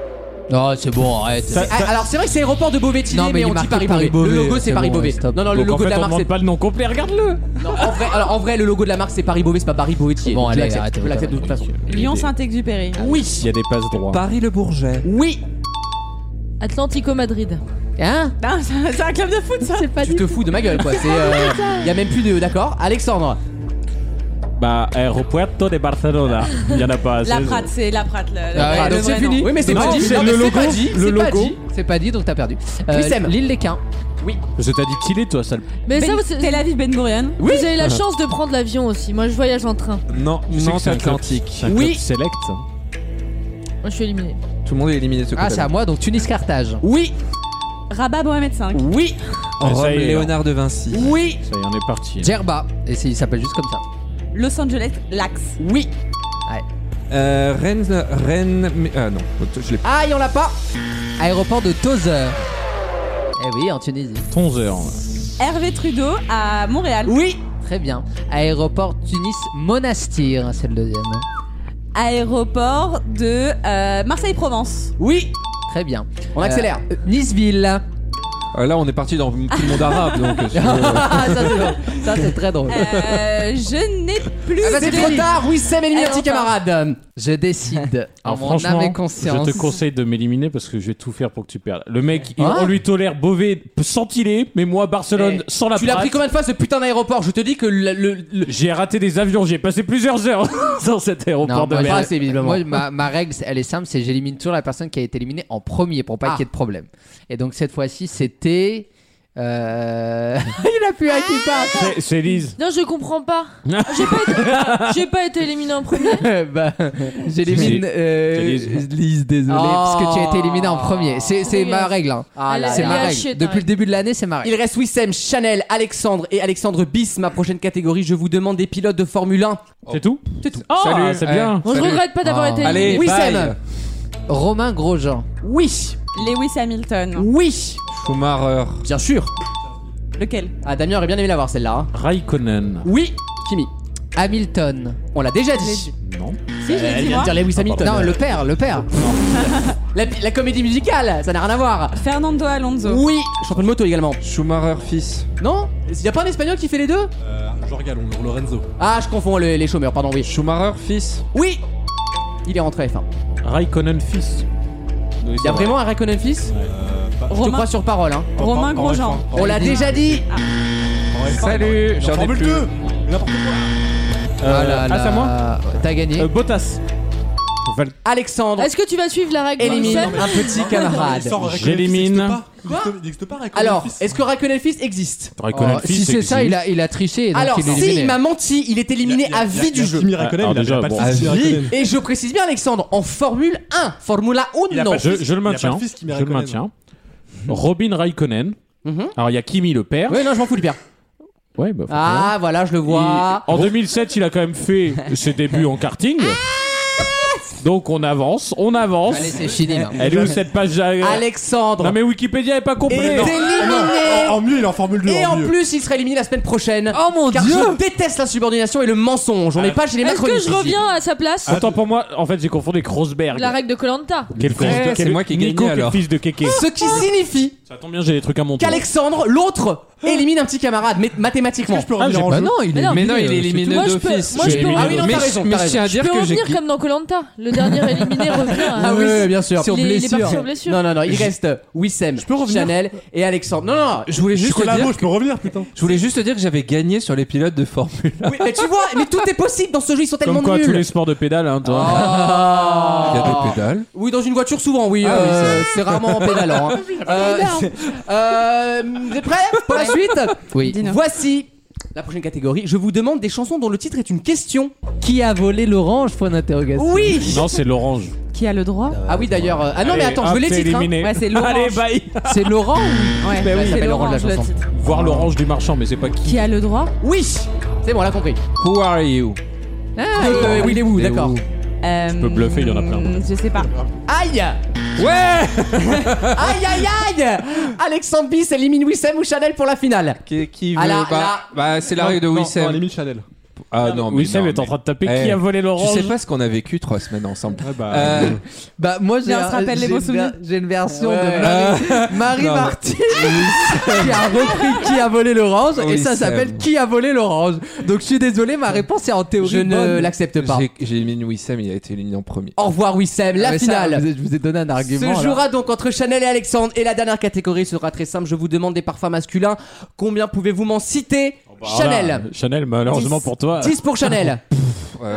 S5: Non, c'est bon, arrête.
S3: Ça-
S1: Ah, alors c'est vrai que c'est aéroport de Beauvais
S5: Non, mais
S1: mais,
S5: il
S1: on dit
S5: marque
S1: Paris Beauvais.
S5: Paris
S1: Le
S5: Beauvais,
S1: logo c'est
S5: c'est
S1: Paris
S5: bon,
S1: Beauvais.
S5: stop.
S1: Non non, le
S3: Donc en
S1: logo
S3: fait,
S1: de la
S3: on
S1: marque
S3: demande
S1: c'est
S3: pas le nom complet, regarde-le.
S1: Non, en vrai, alors en vrai le logo de la marque c'est Paris Beauvais, c'est pas Paris Beauvais. qui est.
S5: Bon,
S1: Je
S5: allez,
S1: l'accepte,
S5: arrête,
S1: je l'accepte de toute
S5: arrête,
S1: façon.
S7: Lyon-Saint-Exupéry.
S3: Il y a des passes droits.
S8: Paris le Bourget.
S1: Oui,
S2: Atlantico Madrid.
S5: Hein
S7: Non, c'est un club de foot, ça.
S2: C'est pas
S1: tu
S2: du
S1: te fous de ma gueule quoi, c'est euh, y a même plus de d'accord. Alexandre.
S3: Bah, Aeropuerto de Barcelona. Il y en a pas assez.
S7: La Prat, c'est La Prat. le- le-
S5: Ah ouais,
S7: le
S5: donc
S7: vrai
S5: c'est
S7: nom.
S5: fini.
S1: Oui mais c'est
S3: Non,
S1: pas dit.
S3: c'est
S1: Non,
S3: le
S1: mais c'est
S3: logo,
S1: pas dit,
S3: le
S1: c'est pas
S3: logo.
S1: dit.
S5: C'est pas dit, donc t'as perdu. Euh,
S1: Wissem.
S5: L'île des Quins.
S3: Je t'ai dit qu'il est, toi, sale.
S2: Mais
S7: Ben-
S2: ça, vous,
S7: Tel Aviv Ben Gurion.
S2: vous avez la chance de prendre l'avion aussi. Moi, je voyage en train.
S3: Non,
S8: Nantes
S3: c'est un club-
S8: Atlantique.
S3: c'est un club
S1: Oui.
S3: Select.
S2: Moi, je suis éliminé.
S8: Tout le monde est éliminé de ce
S5: Ah, c'est
S8: côté-là.
S5: à moi, donc Tunis-Carthage.
S1: Oui,
S7: Rabat Mohamed V.
S1: oui,
S3: Ah, ça
S8: Rome,
S3: y est,
S8: Léonard de Vinci.
S1: oui,
S3: Ça y est, on est parti.
S5: Djerba. Et c'est- il s'appelle juste comme ça.
S7: Los Angeles, l'Axe.
S1: oui.
S8: Euh, Rennes, Rennes, mais- ah non, je l'ai pas.
S1: Ah, y en a pas.
S5: Aéroport de Tozer. Eh oui, en Tunisie.
S3: 11 heures.
S7: Hervé Trudeau à Montréal.
S1: Oui,
S5: Très bien. Aéroport Tunis-Monastir, c'est le deuxième.
S7: Aéroport de euh, Marseille-Provence.
S1: oui.
S5: Très bien.
S1: On accélère.
S5: Euh, Niceville.
S8: Ah, Là, on est parti dans tout le monde arabe, donc. euh, sur-
S9: Oh.
S5: Ah, ça, c'est drôle. Ça, c'est très drôle.
S7: Euh, je n'ai plus.
S1: Ah bah, c'est
S7: de
S1: trop
S7: liste.
S1: tard, Wissem élimine un petit
S5: Aéroport.
S1: camarade.
S5: Je décide. Eh, en
S3: Alors,
S5: mon âme
S3: franchement,
S5: et conscience.
S3: je te conseille de m'éliminer parce que je vais tout faire pour que tu perdes. Le mec, il-
S5: Ah.
S3: on lui tolère Beauvais sans tiler, mais moi, Barcelone,
S5: Eh,
S3: sans la
S1: Ah, Tu l'as
S3: Prat,
S1: pris combien de fois ce putain d'aéroport Je te dis que le- le- le,
S3: J'ai raté des avions, j'ai passé plusieurs heures dans cet
S5: Non,
S3: aéroport de
S5: moi,
S3: merde.
S5: je- moi, ma, ma règle, elle est simple, c'est j'élimine toujours la personne qui a été éliminée en premier pour pas
S1: Ah.
S5: qu'il y ait de problème. Et donc cette fois-ci, c'était. euh, Ah. Il a plus à qui parle.
S3: C'est- C'est Lise.
S2: Non, je comprends pas. J'ai pas été, j'ai pas été éliminé en premier.
S5: bah, j'élimine
S3: C'est-
S5: euh,
S3: c'est Lise.
S5: Lise, désolé,
S1: Oh.
S5: parce que tu as été éliminé en premier. C'est c'est ma règle. hein.
S1: Ah là
S2: Elle
S5: C'est
S2: est
S5: ma
S2: à
S5: règle.
S2: chier, ta
S5: Depuis le
S2: règle.
S5: début de l'année, c'est ma règle.
S1: Il reste Wissem, Chanel, Alexandre et Alexandre Bis. Ma prochaine catégorie, je vous demande des pilotes de Formule 1.
S5: Oh.
S3: C'est tout
S1: C'est tout.
S3: Ah,
S8: Salut.
S3: c'est bien.
S2: Bon, je
S8: Salut.
S2: regrette pas d'avoir
S5: Ah.
S2: été éliminé.
S8: Allez,
S1: Oui,
S8: bye.
S1: Sam.
S5: Romain Grosjean.
S1: Oui,
S7: Lewis Hamilton.
S1: oui,
S8: Schumacher.
S1: bien sûr.
S7: Lequel
S1: Ah, Damien aurait bien aimé l'avoir celle-là. hein.
S3: Raikkonen.
S1: Oui, Kimi.
S5: Hamilton.
S1: On l'a déjà dit.
S3: Non.
S7: Si, je l'ai dit
S1: vient
S7: moi.
S1: de dire Lewis
S8: Ah,
S1: Hamilton.
S5: Non, le père, le père.
S1: la, la comédie musicale, ça n'a rien à voir.
S7: Fernando Alonso.
S1: Oui, champion de moto également.
S8: Schumacher fils.
S1: Non Y a pas un espagnol qui fait les deux
S6: Euh, Jorge Alonso, Lorenzo.
S1: Ah, je confonds les, les chômeurs, pardon, oui.
S8: Schumacher fils.
S1: Oui Il est rentré F1.
S3: Raikkonen fils.
S1: Y a vraiment un Raikkonen fils
S6: Euh, pas-
S1: Je te
S7: Romain,
S1: crois sur parole, hein.
S6: pas-
S7: Romain
S6: pas- pas-
S7: Grosjean.
S6: pas-
S1: On l'a déjà dit.
S6: pas- pas-
S8: Salut,
S6: J'en ai plus. N'importe quoi. Euh,
S5: Ah là
S3: ah, c'est à
S5: là.
S3: moi
S5: T'as gagné.
S3: Euh, Bottas. Val-
S1: Alexandre
S2: Est-ce que tu vas suivre la règle
S1: élimine
S2: Wilson
S1: un petit
S6: Il
S1: camarade.
S6: sort Raikkonen,
S3: J'élimine.
S6: il existe pas. Il existe- Il n'existe pas Raikkonen,
S1: Alors,
S6: fils.
S1: est-ce que Raikkonen fils existe
S3: Raikkonen
S5: Oh,
S3: fils.
S5: si c'est ça, il a, il a triché. Donc
S1: Alors,
S5: il est
S1: si,
S5: éliminé.
S1: il m'a menti, il est éliminé
S6: Il y a-
S1: à
S6: il y
S1: vie
S6: a- il y a
S1: du jeu.
S6: Kimi Raikkonen,
S3: Alors
S6: il a- il a
S3: déjà,
S6: pas de
S3: bon.
S6: fils, Kimi Raikkonen.
S1: Et je précise bien, Alexandre, en Formule 1, Formula 1,
S6: Il a
S1: non.
S6: pas
S3: Je, je le
S6: Il a pas de
S3: maintiens.
S6: fils qui met
S3: je le
S6: Raikkonen.
S3: maintiens.
S5: Mhm.
S3: Robin Raikkonen.
S1: Mhm.
S3: Alors il y a Kimi le père.
S1: Oui, non, je m'en fous du père.
S3: Ouais, bah,
S1: Ah, voilà, je le
S3: Il-
S1: vois.
S3: En 2007, il a quand même fait ses débuts en karting. Donc on avance, on avance.
S5: Allez, c'est fini là.
S3: Elle est où cette page euh,
S1: hein. Alexandre
S3: Non mais Wikipédia est pas
S1: est
S3: complète.
S1: éliminé.
S6: En, en mieux, il est en Formule 2.
S1: Et en
S6: mieux.
S1: plus, il sera éliminé la semaine prochaine.
S5: Oh mon
S1: car
S5: dieu
S1: je déteste l'insubordination et le mensonge. On n'est pas chez les
S2: Est-ce que
S1: macronistes.
S2: je reviens à sa place
S3: Attends pour moi, en fait j'ai confondu Krosberg.
S2: La règle de Colanta.
S3: Quel fils
S8: Ouais,
S3: de-
S8: c'est
S3: quel-
S8: moi qui ai gagné,
S3: Nico, quel
S8: alors.
S3: fils de Keke.
S1: Ce qui
S2: Ah.
S1: signifie
S3: Ça tombe bien, j'ai des trucs à monter.
S1: qu'Alexandre, l'autre, élimine un petit camarade, mais mathématiquement.
S6: Je
S3: Ah,
S6: peux revenir en
S5: Bah
S6: jeu.
S5: non, il est euh,
S2: Mais non,
S8: Mais non, il est
S5: c'est
S8: éliminé
S2: Moi,
S8: de
S2: je peux-
S8: fils.
S2: moi,
S3: je peux-
S1: Ah oui, non,
S8: mais,
S1: t'as raison,
S8: mais
S1: t'as
S8: je
S1: raison.
S8: tiens à
S2: Je
S8: dire
S2: peux
S8: que
S2: en
S8: j'ai.
S2: venir comme dans Colanta. Le dernier éliminé revient. hein.
S1: Ah oui,
S5: Ouais,
S1: bien sûr.
S5: Sur
S2: Il est- il est
S5: blessure.
S2: parti sur blessure.
S1: Non, non, non, il reste euh, Wissem, Chanel et Alexandre. Non, non,
S8: Je voulais
S6: Je suis
S8: juste te
S6: collabo,
S8: dire.
S6: je peux revenir, putain.
S1: Ah.
S8: Je voulais juste te dire que j'avais gagné sur les pilotes de Formule.
S1: oui, mais tu vois, mais tout est possible dans ce jeu, ils sont tellement
S3: Comme quoi
S1: nuls.
S3: tous les sports de pédale hein, toi.
S1: Ah.
S8: Il y a des pédales.
S1: Oui, dans une voiture souvent, oui.
S5: Ah
S1: euh, c'est rarement en pédalant. hein. Euh, euh, vous êtes prêts pour la suite
S5: Oui.
S1: Voici la prochaine catégorie. Je vous demande des chansons dont le titre est une question.
S5: Qui a volé l'orange Point d'interrogation.
S1: Oui
S3: Non, c'est l'orange.
S7: Qui a le droit
S1: Ah oui, d'ailleurs. euh, Ah non, mais
S3: Allez,
S1: attends, je veux
S3: hop,
S1: les
S3: c'est
S1: titres. hein.
S3: éliminé.
S7: Ouais, c'est l'orange.
S3: Allez, bye.
S5: C'est Bah Laurent
S7: Ouais,
S1: oui, il
S7: c'est
S1: s'appelle Laurent de la
S7: le
S1: chanson.
S7: titre.
S3: Voir l'orange du marchand, mais c'est pas qui.
S7: Qui a le droit
S1: Oui C'est bon, on l'a compris.
S8: Who are you
S7: Ah,
S1: Euh, oui, il est où
S5: Il est
S1: D'accord.
S5: où
S7: Tu
S3: peux bluffer, il y en a plein.
S7: Euh, mm, Je sais pas.
S1: Aïe
S8: Ouais
S1: Aïe aïe aïe Alexandre Bis élimine Wissem ou Chanel pour la finale.
S8: Qui, qui
S1: Ah
S8: veut-
S1: là,
S8: bah,
S1: là.
S8: bah, c'est la règle de
S6: Non,
S8: Wissem.
S6: Non, elle élimine Chanel.
S8: Ah non, mais
S3: Wissem
S8: non,
S3: est en
S8: mais-
S3: train de taper
S8: Eh,
S3: qui a volé
S8: Tu
S3: l'orange.
S8: sais pas ce qu'on a vécu trois semaines ensemble.
S6: Ouais,
S3: Ah,
S6: bah,
S8: Euh,
S5: Bah, moi, j'ai
S7: Bien, on se
S5: un-
S7: rappelle les
S5: j'ai
S7: beaux
S5: une ver-
S7: souvenirs.
S5: J'ai une version
S1: Ouais. Ah.
S5: de
S8: euh,
S5: Marie, Marie
S8: non, mais-
S5: Martin qui a repris Qui a volé l'orange et ça
S8: Wissem.
S5: s'appelle Qui a volé l'orange. Donc, je suis désolé, ma réponse est en théorie.
S1: Je ne
S5: bonne.
S1: l'accepte pas.
S8: j'ai- J'ai éliminé Wissem, il a été éliminé en premier.
S1: Au revoir Wissem,
S5: Ah,
S1: la
S5: mais ça,
S1: finale.
S5: vous êtes- je vous ai donné un argument.
S1: Se
S5: là.
S1: jouera donc entre Chanel et Alexandre. Et la dernière catégorie sera très simple. Je vous demande des parfums masculins. Combien pouvez-vous m'en citer
S5: Oh, bah,
S1: Chanel.
S3: Chanel, malheureusement
S1: Dix.
S3: pour toi.
S1: 10 pour Chanel.
S8: Ouais.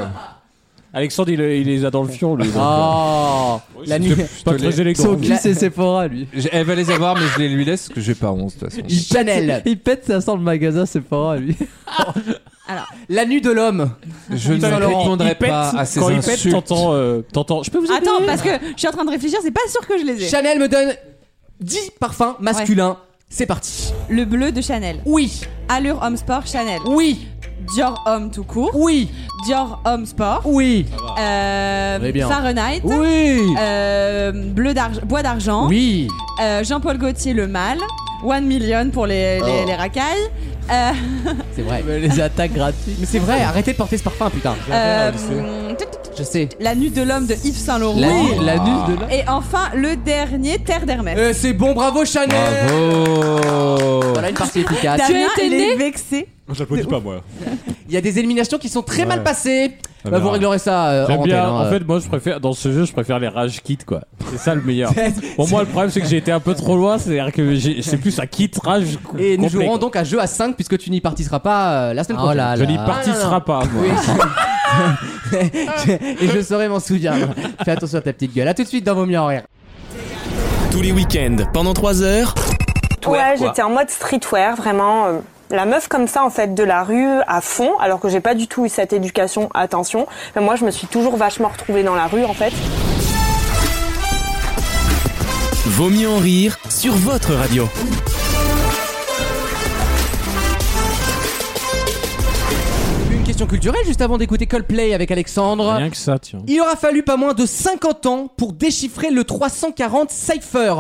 S3: Alexandre, il, il les a dans le fion, lui. euh,
S1: Oh, la nuit.
S3: pas très élégant.
S5: Sophie, c'est Sephora, lui.
S8: J'ai- Elle va les avoir, mais je les lui laisse parce que j'ai pas 11 de toute façon.
S1: Chanel.
S5: Il pète ça sent le magasin Sephora, lui.
S1: La nuit de l'homme.
S8: Je ne
S3: Ah, Putain, Laurent, il
S8: répondrai
S3: pète.
S8: pas à ces
S3: Quand il pète,
S8: insultes.
S3: t'entends. euh, t'entends, Je peux vous aider
S7: Attends, parce que je suis en train de réfléchir, c'est pas sûr que je les ai.
S1: Chanel me donne 10 parfums masculins. C'est parti.
S7: Le bleu de Chanel.
S1: Oui,
S7: Allure homme sport Chanel.
S1: oui,
S7: Dior homme tout court.
S1: oui,
S7: Dior homme sport.
S1: oui,
S7: Euh,
S1: On est bien.
S7: Fahrenheit.
S1: oui,
S7: Euh, bleu d'argent, bois d'argent.
S1: oui.
S7: Euh, Jean-Paul Gaultier le mâle. One million pour les, les, les racailles. Euh,
S1: C'est vrai.
S5: Les attaques gratuites.
S1: Mais c'est vrai, arrêtez de porter ce parfum, putain.
S7: euh,
S1: Je sais.
S7: la nuit de l'homme de Yves Saint Laurent.
S5: La, la nuit de l'homme.
S7: Et enfin le dernier Terre d'Hermès.
S1: Euh, c'est bon, bravo Chanel.
S3: Euh,
S8: Bravo
S1: Voilà une partie efficace.
S7: Damien,
S4: Tu as été
S7: il
S4: né
S7: est vexé.
S6: J'applaudis pas, moi.
S1: Il y a des éliminations qui sont très
S6: Ouais.
S1: mal passées.
S6: Ah,
S1: Bah, vous
S6: merde.
S1: réglerez ça euh,
S3: J'aime
S1: hors
S3: bien.
S1: antenne, hein.
S3: en fait, moi, je préfère dans ce jeu, je préfère les rage kits, quoi. C'est ça le meilleur. Pour moi, le problème, c'est que j'ai été un peu trop loin. C'est-à-dire que j'ai- c'est plus un kit rage. co-
S1: Et nous
S3: complet,
S1: jouerons
S3: quoi.
S1: donc à jeu à 5 puisque tu n'y participeras pas euh, la semaine
S5: Oh
S1: prochaine.
S5: là
S3: Je
S5: là.
S3: n'y
S5: Ah,
S3: participerai pas. moi.
S1: Oui. Et je saurai m'en souvenir. Fais attention à ta petite gueule. À tout de suite dans Vos mieux en rire.
S9: Tous les week-ends, pendant 3 heures,
S11: Ouais, j'étais en mode streetwear, vraiment. euh, La meuf comme ça, en fait, de la rue à fond, alors que j'ai pas du tout eu cette éducation, attention. Mais moi, je me suis toujours vachement retrouvée dans la rue, en fait.
S9: Vaut mieux en rire sur votre radio.
S1: Une question culturelle juste avant d'écouter Coldplay avec Alexandre.
S3: Rien que ça, tiens.
S1: Il aura fallu pas moins de 50 ans pour déchiffrer le 340 Cypher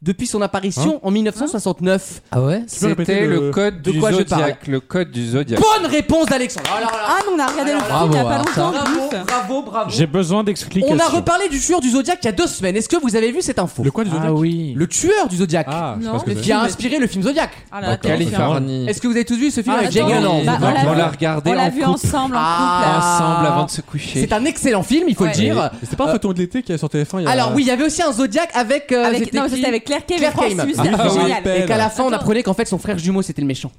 S1: depuis son apparition en 1969.
S5: Ah ouais
S6: peux répéter
S8: C'était Hein le
S6: le-
S8: code
S1: de
S8: du
S1: quoi je
S8: zodiaque. Le code du zodiaque.
S1: Bonne réponse d'Alexandre. Oh là là.
S7: Ah, mais on a regardé le
S5: bravo,
S7: film il y a pas
S5: alors ça.
S7: longtemps.
S1: Bravo, Ah,
S7: Gouffre.
S1: bravo, bravo.
S3: J'ai besoin d'explications.
S1: On a reparlé du tueur du Zodiac il y a deux semaines. Est-ce que vous avez vu cette info
S6: Le quoi du zodiaque
S5: Ah oui.
S1: Le tueur du Zodiac
S6: Ah, je sais
S7: Non.
S6: pas ce que
S1: qui
S6: c'est.
S1: a inspiré le film Zodiac.
S7: Ah là là, t'es différent.
S8: Californie.
S1: Est-ce que vous avez tous vu ce film
S8: Ah,
S1: avec
S7: attends,
S1: Jake Gyllenhaal
S7: oui. Bah,
S8: on
S7: on l'a vu.
S8: l'a regardé
S7: On
S8: en
S7: l'a vu
S8: couple.
S7: ensemble en couple.
S1: Ah.
S8: Bah, Ensemble avant de se coucher.
S1: C'est un excellent film, il faut
S7: Ouais.
S1: le dire.
S6: C'est pas un feuilleton de l'été qui est sur TF1 il y a-
S1: Alors oui, il y avait aussi un Zodiac avec. euh,
S7: Avec,
S1: c'était
S7: non,
S1: qui
S7: c'était avec Claire Kay
S1: Claire
S7: et Francis,
S1: Kay,
S7: c'était
S8: Ah, oui.
S7: génial.
S1: Et qu'à la
S6: Attends.
S1: fin, on apprenait qu'en fait son frère jumeau c'était le méchant.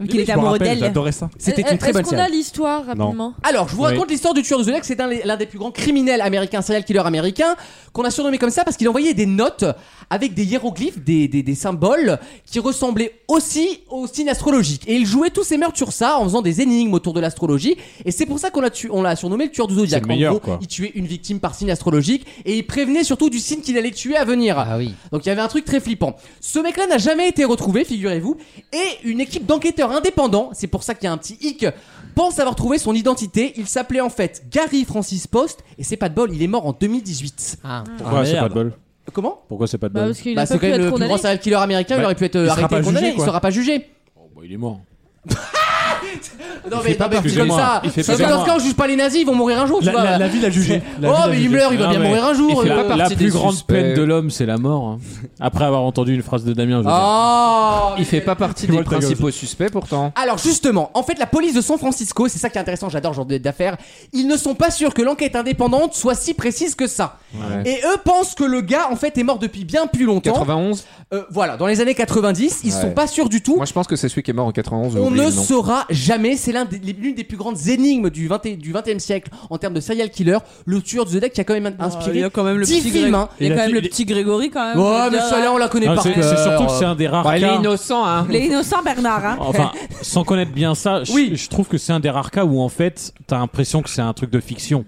S7: Vu
S6: Je
S7: qu'il était
S6: me
S7: amoureux
S6: rappelle,
S7: d'elle.
S6: J'adorais ça.
S1: C'était
S2: Euh,
S1: une très bonne
S2: Est-ce qu'on a
S1: série.
S2: l'histoire rapidement
S1: Alors, je vous
S3: Oui.
S1: raconte l'histoire du tueur de Zodiac. C'est un- l'un des plus grands criminels américains, serial killer américain, qu'on a surnommé comme ça parce qu'il envoyait des notes avec des hiéroglyphes, des, des, des symboles qui ressemblaient aussi aux signes astrologiques. Et il jouait tous ses meurtres sur ça en faisant des énigmes autour de l'astrologie. Et c'est pour ça qu'on l'a tu- on l'a surnommé le tueur du Zodiac.
S3: C'est le
S1: En
S3: meilleur,
S1: gros,
S3: quoi.
S1: il tuait une victime par signe astrologique et il prévenait surtout du signe qu'il allait tuer à venir.
S5: Ah oui.
S1: Donc il y avait un truc très flippant. Ce mec-là n'a jamais été retrouvé, figurez-vous, et une équipe d'enquêteurs indépendants, c'est pour ça qu'il y a un petit hic, pense avoir trouvé son identité. Il s'appelait en fait Gary Francis Post, et c'est pas de bol, il est mort en 2018.
S5: Ah,
S3: Pourquoi c'est pas de bol
S1: Hum. Comment
S3: Pourquoi c'est pas de
S2: Bah,
S3: bol
S2: parce qu'il
S1: Bah,
S2: a
S1: c'est
S2: pas
S1: quand
S2: pu
S1: même le plus
S2: être
S1: grand
S2: condamné.
S1: serial killer américain, il aurait pu être euh,
S6: Bah, il sera
S1: arrêté
S6: pas
S1: et condamné,
S6: jugé,
S1: il
S6: quoi.
S1: sera pas jugé.
S3: Bon, bah, Il est mort.
S1: Non mais, non, mais c'est comme
S3: excusez-moi,
S1: ça.
S3: il fait
S1: Parce que
S3: pas
S1: dans ce cas, on juge pas les nazis, ils vont mourir un jour, tu
S6: La-
S1: vois.
S6: La la ville a jugé. La ville
S1: oh
S6: a
S1: mais
S6: jugé. Ah
S1: Himmler, il va
S3: Non,
S1: bien
S3: mais
S1: mourir un jour.
S8: fait
S1: euh.
S8: pas
S3: La,
S8: partie
S3: plus
S8: des
S3: grande
S8: suspects.
S3: peine de l'homme, c'est la mort. hein. Après avoir entendu une phrase de Damien, je veux dire.
S1: Oh,
S8: Il fait pas partie des
S6: Walter Goggins.
S8: principaux suspects pourtant.
S1: Alors justement, en fait la police de San Francisco, c'est ça qui est intéressant, j'adore ce genre d'affaires, ils ne sont pas sûrs que l'enquête indépendante soit si précise que ça.
S8: Ouais.
S1: Et eux pensent que le gars en fait est mort depuis bien plus longtemps.
S8: 91
S1: Euh, voilà, dans les années 90, ils
S8: Ouais.
S1: sont pas sûrs du tout.
S8: Moi je pense que c'est celui qui est mort en 91. j'ai
S1: On
S8: oublié
S1: ne
S8: le nom.
S1: saura jamais, c'est l'un des- l'une des plus grandes énigmes du 20 du 20e siècle en termes de serial killer, le tueur de Zodiac qui a quand même inspiré
S5: Ah, il y a quand même le
S1: 10
S5: petit
S1: films.
S5: Greg-
S1: hein.
S3: Il
S4: Il y a
S3: a
S4: quand même
S3: fait-
S4: le petit Grégory quand même.
S1: Ouais, mais
S4: Ah,
S1: celui-là on la connaît
S3: Non,
S1: par
S3: c'est
S1: cœur.
S3: c'est surtout que c'est un des rares
S8: Bah, il est
S3: cas.
S8: innocent hein.
S7: Il est innocent, Bernard. hein.
S3: Enfin, sans connaître bien ça, je-
S1: Oui.
S3: je trouve que c'est un des rares cas où en fait, t'as l'impression que c'est un truc de fiction.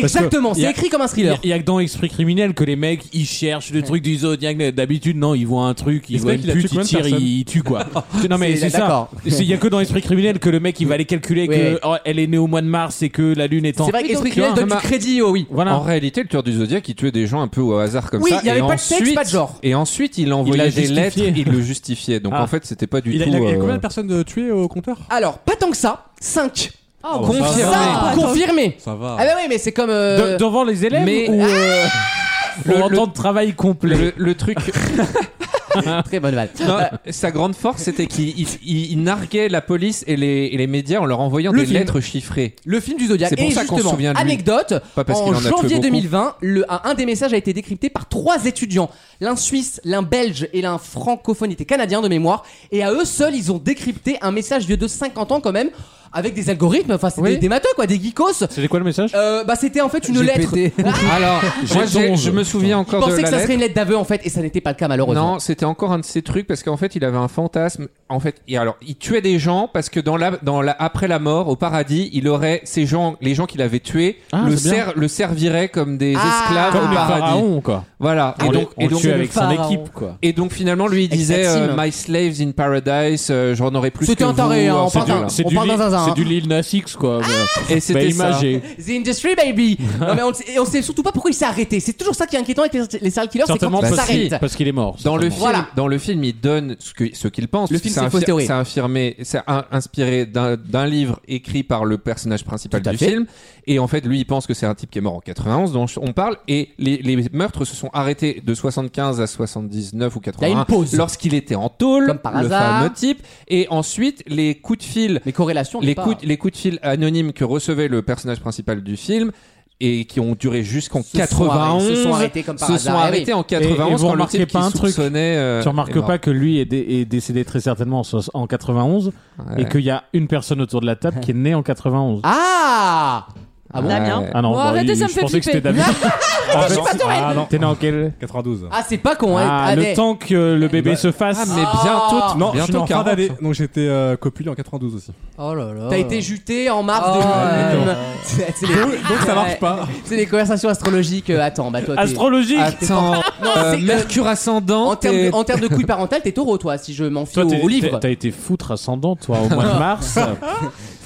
S3: Parce que
S1: Exactement, c'est
S3: y a-
S1: écrit comme un thriller.
S3: Il y, a que dans Esprit criminel que les mecs ils cherchent le truc du zodiaque. D'habitude, non, ils voient un truc, ils
S1: Esprit
S3: voient une
S1: qu'il a tué
S3: pute, ils
S1: combien de
S3: tirent,
S1: personnes
S3: ils, ils tuent quoi. non mais
S1: C'est-
S3: c'est ça.
S1: d'accord.
S3: C'est- Il y a que dans Esprit criminel que le mec il va aller calculer
S1: Oui.
S3: que oh, elle est née au mois de mars et que la lune est en.
S1: C'est vrai que Esprit criminel donne du crédit, oh oui.
S3: Voilà.
S8: En réalité, le tueur du zodiaque, il tuait des gens un peu au hasard comme
S1: Oui,
S8: ça.
S1: il y avait
S8: et
S1: pas de sexe,
S8: ensuite-
S1: pas de genre.
S8: Et ensuite, il
S3: Il l'a
S8: envoyait des lettres,
S3: justifié.
S8: il le justifiait. Donc
S3: Ah.
S8: en fait, c'était pas du
S6: Il a,
S8: tout.
S6: il a- il y a
S8: euh,
S6: combien de personnes euh, tuées au compteur
S1: Alors, pas tant que ça, 5.
S6: Oh,
S8: bah, ça
S1: confirmé.
S8: va.
S1: confirmé.
S6: Ça va.
S1: Ah bah oui, mais c'est comme. euh,
S3: De- devant les élèves
S8: mais- Ah
S3: ou euh,
S8: Le-
S3: pour
S8: le-
S3: un temps de travail complet.
S8: Le, le truc,
S1: Ah, Très bonne Euh, balle.
S8: non, sa grande force, c'était qu'il il- il- il narguait la police et les, et les médias en leur envoyant
S1: Le
S8: des
S1: film.
S8: lettres chiffrées.
S1: Le film du Zodiac.
S8: C'est pour
S1: Et
S8: ça qu'on se
S1: justement,
S8: souvient de lui.
S1: anecdote,
S8: Pas parce qu'il
S1: en
S8: en a tué
S1: janvier
S8: beaucoup.
S1: 2020, le- un, un des messages a été décrypté par trois étudiants, l'un suisse, l'un belge et l'un francophone, il était canadien de mémoire, et à eux seuls, ils ont décrypté un message vieux de 50 ans quand même, avec des algorithmes, enfin c'était
S5: Oui.
S1: des matos quoi, des geekos.
S3: C'était quoi le message
S1: Euh, bah c'était en fait une lettre.
S5: GPT.
S8: Alors, moi, j'ai-
S3: tonge.
S8: je me souviens
S1: Ils
S8: encore de
S1: pensaient
S8: la
S1: que ça
S8: lettre.
S1: serait une lettre d'aveu en fait, et ça n'était pas le cas malheureusement.
S8: Non, c'était encore un de ces trucs parce qu'en fait, il avait un fantasme. En fait, et alors, il tuait des gens parce que dans la, dans la, après la mort, au paradis, il aurait ces gens, les gens qu'il avait tués,
S3: Ah,
S8: le,
S3: c'est bien.
S8: ser- le servirait comme des
S1: Ah.
S8: esclaves
S3: Comme
S8: au
S3: les
S8: paradis.
S3: pharaons quoi.
S8: Voilà.
S3: on
S8: et donc,
S3: les, on
S8: et donc,
S3: tue avec son
S5: pharaon.
S3: équipe quoi.
S8: et donc, finalement, lui, il disait
S1: Exact, Sim.
S8: euh, My slaves in paradise, euh, j'en aurais plus.
S1: C'était
S8: que
S1: un taré,
S8: vous,
S1: hein,
S8: euh,
S1: on
S8: ce
S1: parle
S8: truc-là.
S1: d'un-
S3: C'est
S1: On
S3: du,
S1: parle
S3: Lil-
S1: d'un zinzin,
S3: c'est
S1: hein.
S3: du Lil Nas X, quoi. mais-
S8: Et
S3: mais
S8: c'était ça.
S3: imagé.
S1: The industry baby. non mais on, le sait- et on sait surtout pas pourquoi il s'est arrêté. C'est toujours ça qui est inquiétant avec les, les serial killers, c'est quand
S3: Certainement
S1: ils
S3: parce qu'il-
S1: s'arrêtent.
S3: parce qu'il est mort.
S8: Dans le, film,
S1: Voilà.
S8: dans le film, il donne ce que- ce qu'il pense.
S1: Le
S8: parce que
S1: film,
S8: c'est
S1: c'est fausse
S8: infir-
S1: théorie.
S8: C'est infirmé, c'est un- inspiré d'un d'un livre écrit par le personnage principal
S1: Tout à
S8: du
S1: fait.
S8: film. Et en fait, lui, il pense que c'est un type qui est mort en 91, dont on parle. Et les, les meurtres se sont arrêtés de 75 à 79 ou
S1: Il y a
S8: 81.
S1: une pause.
S8: Lorsqu'il était en tôle,
S1: Comme par
S8: le
S1: hasard.
S8: fameux type. Et ensuite, les coups de fil
S1: Les corrélations, on
S8: les
S1: n'est pas-
S8: coups, les coups de fil anonymes que recevait le personnage principal du film et qui ont duré jusqu'en
S1: Se sont arrêtés-
S8: 91
S1: se sont arrêtés comme par
S8: se
S1: hasard,
S8: sont
S1: eh oui.
S8: arrêtés en
S3: Et- et
S8: 91
S3: vous
S8: quand le
S3: remarquez
S8: type
S3: pas
S8: qui
S3: un truc.
S8: soupçonnait, euh,
S3: Tu
S8: est
S3: remarques
S8: mort.
S3: pas que lui est, dé- est décédé très certainement en, soix- en 91
S8: Ouais.
S3: et qu'il y a une personne autour de la table qui est née en 91.
S1: Ah Ah bon
S7: Damien.
S8: Ouais.
S3: Ah non,
S2: Bon,
S3: bah,
S2: arrêtez, ça me
S3: je
S2: fait
S3: pensais que c'était
S2: flipper.
S3: David. Ah, non. Ah, non. T'es né en quel
S6: 92.
S1: Ah, c'est pas con, hein.
S3: Ah,
S1: Allez. Oh.
S3: le temps que le bébé se fasse.
S8: Ah, mais bientôt,
S6: Non, je suis né
S8: bientôt
S6: en fin
S8: 40.
S6: d'année, donc j'étais euh, copulé en 92 aussi.
S5: Oh là là.
S1: T'as été juté en mars
S5: Oh,
S1: de.
S5: ouais.
S1: C'est- c'est les-
S6: Donc ça marche
S1: Ouais.
S6: pas.
S1: C'est les conversations astrologiques. euh, attends, bah toi. t'es-
S3: Astrologique
S8: Attends, euh,
S1: c'est-
S8: Mercure ascendant,
S1: En termes de,
S8: t'es-
S1: en termes de couilles parentales, t'es taureau, toi, si je m'en fie
S3: Toi,
S1: au,
S3: t'es-
S1: au livre.
S3: t'es- T'as été foutre ascendant, toi, au mois de mars.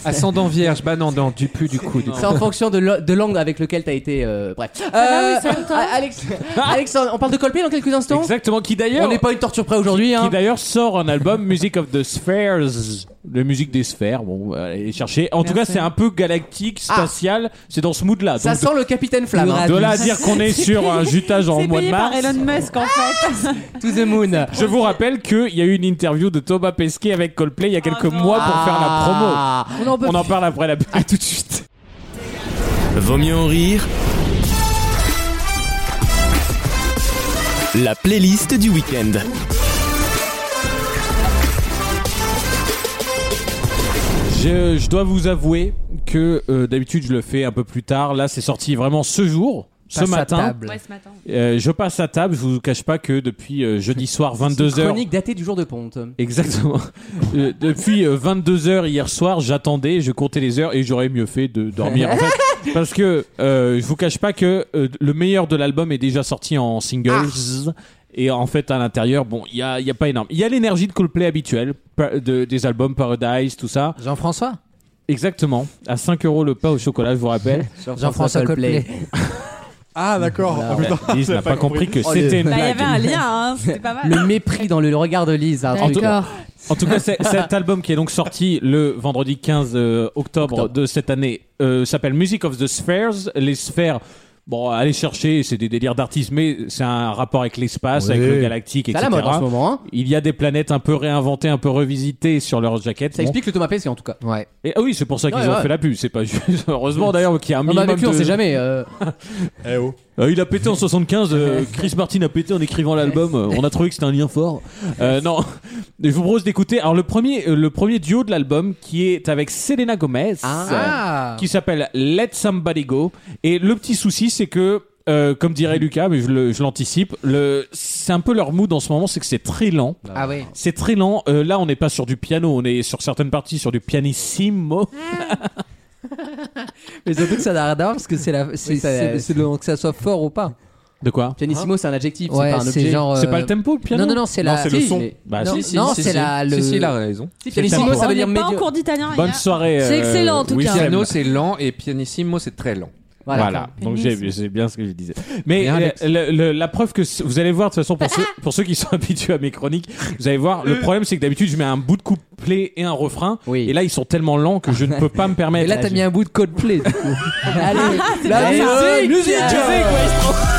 S8: ascendant vierge, bah non, non, du plus du coup. du coup.
S1: C'est en fonction de l'o- de l'angle avec lequel t'as été. euh, bref.
S2: va, oui, ça va, toi
S1: A- Alex- Alexandre, on parle de Colpé dans quelques instants
S3: Exactement, qui d'ailleurs.
S1: On n'est pas une torture près aujourd'hui,
S3: Qui
S1: hein.
S3: d'ailleurs sort un album Music of the Spheres, la musique des sphères. Bon, euh, allez chercher. En tout cas, c'est un peu galactique, spatial. C'est dans ce mood-là.
S1: Ça
S3: Donc,
S1: sent le capitaine Flamme. hein.
S3: de là à dire qu'on est sur un jutage en
S7: C'est
S3: mois de
S7: payé par
S3: mars.
S7: Elon Musk en fait.
S1: To the moon.
S3: Je vous rappelle qu'il y a eu une interview de Thomas Pesquet avec Coldplay il y a quelques mois pour faire la promo.
S1: Ah.
S2: On en peut
S3: On en parle après la pub.
S1: À tout de suite.
S9: Vaut mieux en rire. La playlist du week-end.
S3: Je, je dois vous avouer que euh, d'habitude je le fais un peu plus tard. Là, c'est sorti vraiment ce jour. Ce
S5: Passe à
S3: matin,
S5: table.
S7: ce matin.
S3: Euh, je passe à table. Je vous cache pas que depuis euh, jeudi soir,
S1: C'est une
S3: 22h,
S1: Chronique datée du jour de ponte.
S3: Exactement. Euh, depuis 22h hier soir, j'attendais, je comptais les heures et j'aurais mieux fait de dormir en fait. Parce que euh, je vous cache pas que euh, le meilleur de l'album est déjà sorti en singles. Ah. Et en fait, à l'intérieur, bon, il n'y a, il y a pas énorme. Il y a l'énergie de Coldplay habituelle, pa- de- des albums Paradise, tout ça.
S5: Jean-François
S3: Exactement. À 5 euros le pain au chocolat, je vous rappelle.
S5: Jean-François Coldplay.
S6: Ah d'accord. Oh, putain.
S3: Lise n'a pas compris Oh, que c'était une
S7: Bah, il y
S3: blague.
S7: avait un lien, hein, c'était pas mal.
S5: Le mépris dans le regard de Lise.
S1: hein,
S5: un truc.
S2: D'accord.
S3: En tout cas, c'est- cet album qui est donc sorti le vendredi 15 euh, octobre, de cette année euh, s'appelle Music of the Spheres. Les sphères, bon, allez chercher, c'est des délires d'artistes, mais c'est un rapport avec l'espace, avec le galactique,
S1: C'est à
S3: etc.
S1: la mode en ce moment, hein.
S3: Il y a des planètes un peu réinventées, un peu revisitées sur leurs jaquettes.
S1: Ça
S3: Bon.
S1: explique le Thomas Pesquet en tout cas.
S5: Ouais.
S3: Et, ah oui, c'est pour ça qu'ils
S1: Ouais,
S3: ont
S1: ouais.
S3: fait la pub. C'est pas juste. Heureusement d'ailleurs qu'il y a un
S1: Non, Ah bah, mais
S3: minimum
S1: avec lui, on
S3: de-
S1: sait jamais. euh.
S6: Eh oh.
S3: Euh, il a pété en 75, euh, Chris Martin a pété en écrivant l'album, euh, on a trouvé que c'était un lien fort. Euh, non, je vous propose d'écouter alors le premier, euh, le premier duo de l'album qui est avec Selena Gomez,
S1: Ah.
S5: Ah.
S3: euh, qui s'appelle Let Somebody Go. Et le petit souci c'est que, euh, comme dirait Lucas, mais je le- je l'anticipe, le- c'est un peu leur mood en ce moment, c'est que c'est très lent.
S5: Ah oui.
S3: C'est très lent. Euh, là, on n'est pas sur du piano, on est sur certaines parties sur du pianissimo.
S5: Mais surtout que ça n'a rien à voir parce que c'est la. c'est-
S1: ça- euh,
S5: c'est- c'est le- que ça soit fort ou pas. Hein
S3: De quoi
S1: Pianissimo, c'est un adjectif, c'est
S5: Ouais,
S1: pas un objet.
S5: genre.
S1: C'est
S5: euh,
S1: pas le tempo, le piano
S5: Non, non, non, c'est
S1: Non,
S5: la.
S1: c'est le
S5: si,
S1: son.
S5: mais-
S3: Bah,
S5: non,
S3: si, si,
S5: non,
S3: si,
S5: c'est
S3: si.
S5: la.
S3: Si,
S5: le-
S3: si, il a raison.
S1: Si, pianissimo,
S3: tempo.
S1: ça veut dire
S4: On n'est pas en
S1: médio.
S4: cours d'italien.
S3: Bonne
S4: hier.
S3: soirée. euh,
S4: C'est excellent, en tout cas.
S8: Piano, c'est lent et pianissimo, c'est très lent.
S3: Voilà,
S1: Voilà.
S3: donc j'ai j'ai bien ce que je disais. Mais
S8: Bien,
S3: euh,
S8: Alex.
S3: le- le- la preuve que c- vous allez voir de toute façon pour ceux, pour ceux qui sont habitués à mes chroniques, vous allez voir le problème c'est que d'habitude je mets un bout de couplet et un refrain et là ils sont tellement lents que je ne peux pas me permettre.
S5: Et là, t'as mis un bout de Coldplay, du coup. Allez,
S1: Ah,
S3: la
S5: la
S3: musique,
S5: musique
S3: musique,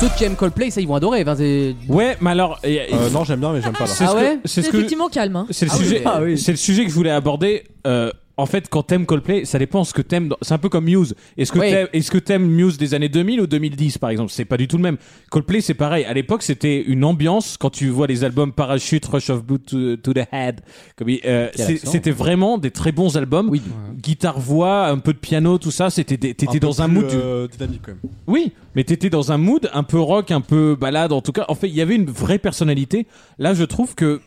S1: Ceux qui aiment Coldplay, ça ils vont adorer. enfin, c'est-
S3: Ouais, mais alors et- et-
S6: Euh, non, j'aime bien, mais j'aime pas là.
S3: c'est ce
S1: Ah
S3: que-
S1: ouais
S3: c'est ce que
S2: effectivement calme. hein.
S3: c'est le
S1: Ah oui,
S3: sujet
S1: mais- ah oui.
S3: c'est le sujet que je voulais aborder. euh, en fait, quand t'aimes Coldplay, ça dépend ce que t'aimes. dans- C'est un peu comme Muse. Est-ce que
S1: Oui.
S3: t'aimes, est-ce que t'aimes Muse des années 2000 ou 2010, par exemple C'est pas du tout le même. Coldplay, c'est pareil. À l'époque, c'était une ambiance. Quand tu vois les albums Parachute, Rush of Blood to, to the Head, comme il- euh,
S1: Quel
S3: c'est-
S1: accent.
S3: c'était vraiment des très bons albums. Guitare, voix, un peu de piano, tout ça. C'était, des- t'étais
S6: peu
S3: dans un
S6: plus,
S3: mood. du-
S6: euh, dynamique quand même.
S3: oui, mais t'étais dans un mood un peu rock, un peu balade, en tout cas. En fait, il y avait une vraie personnalité. Là, je trouve que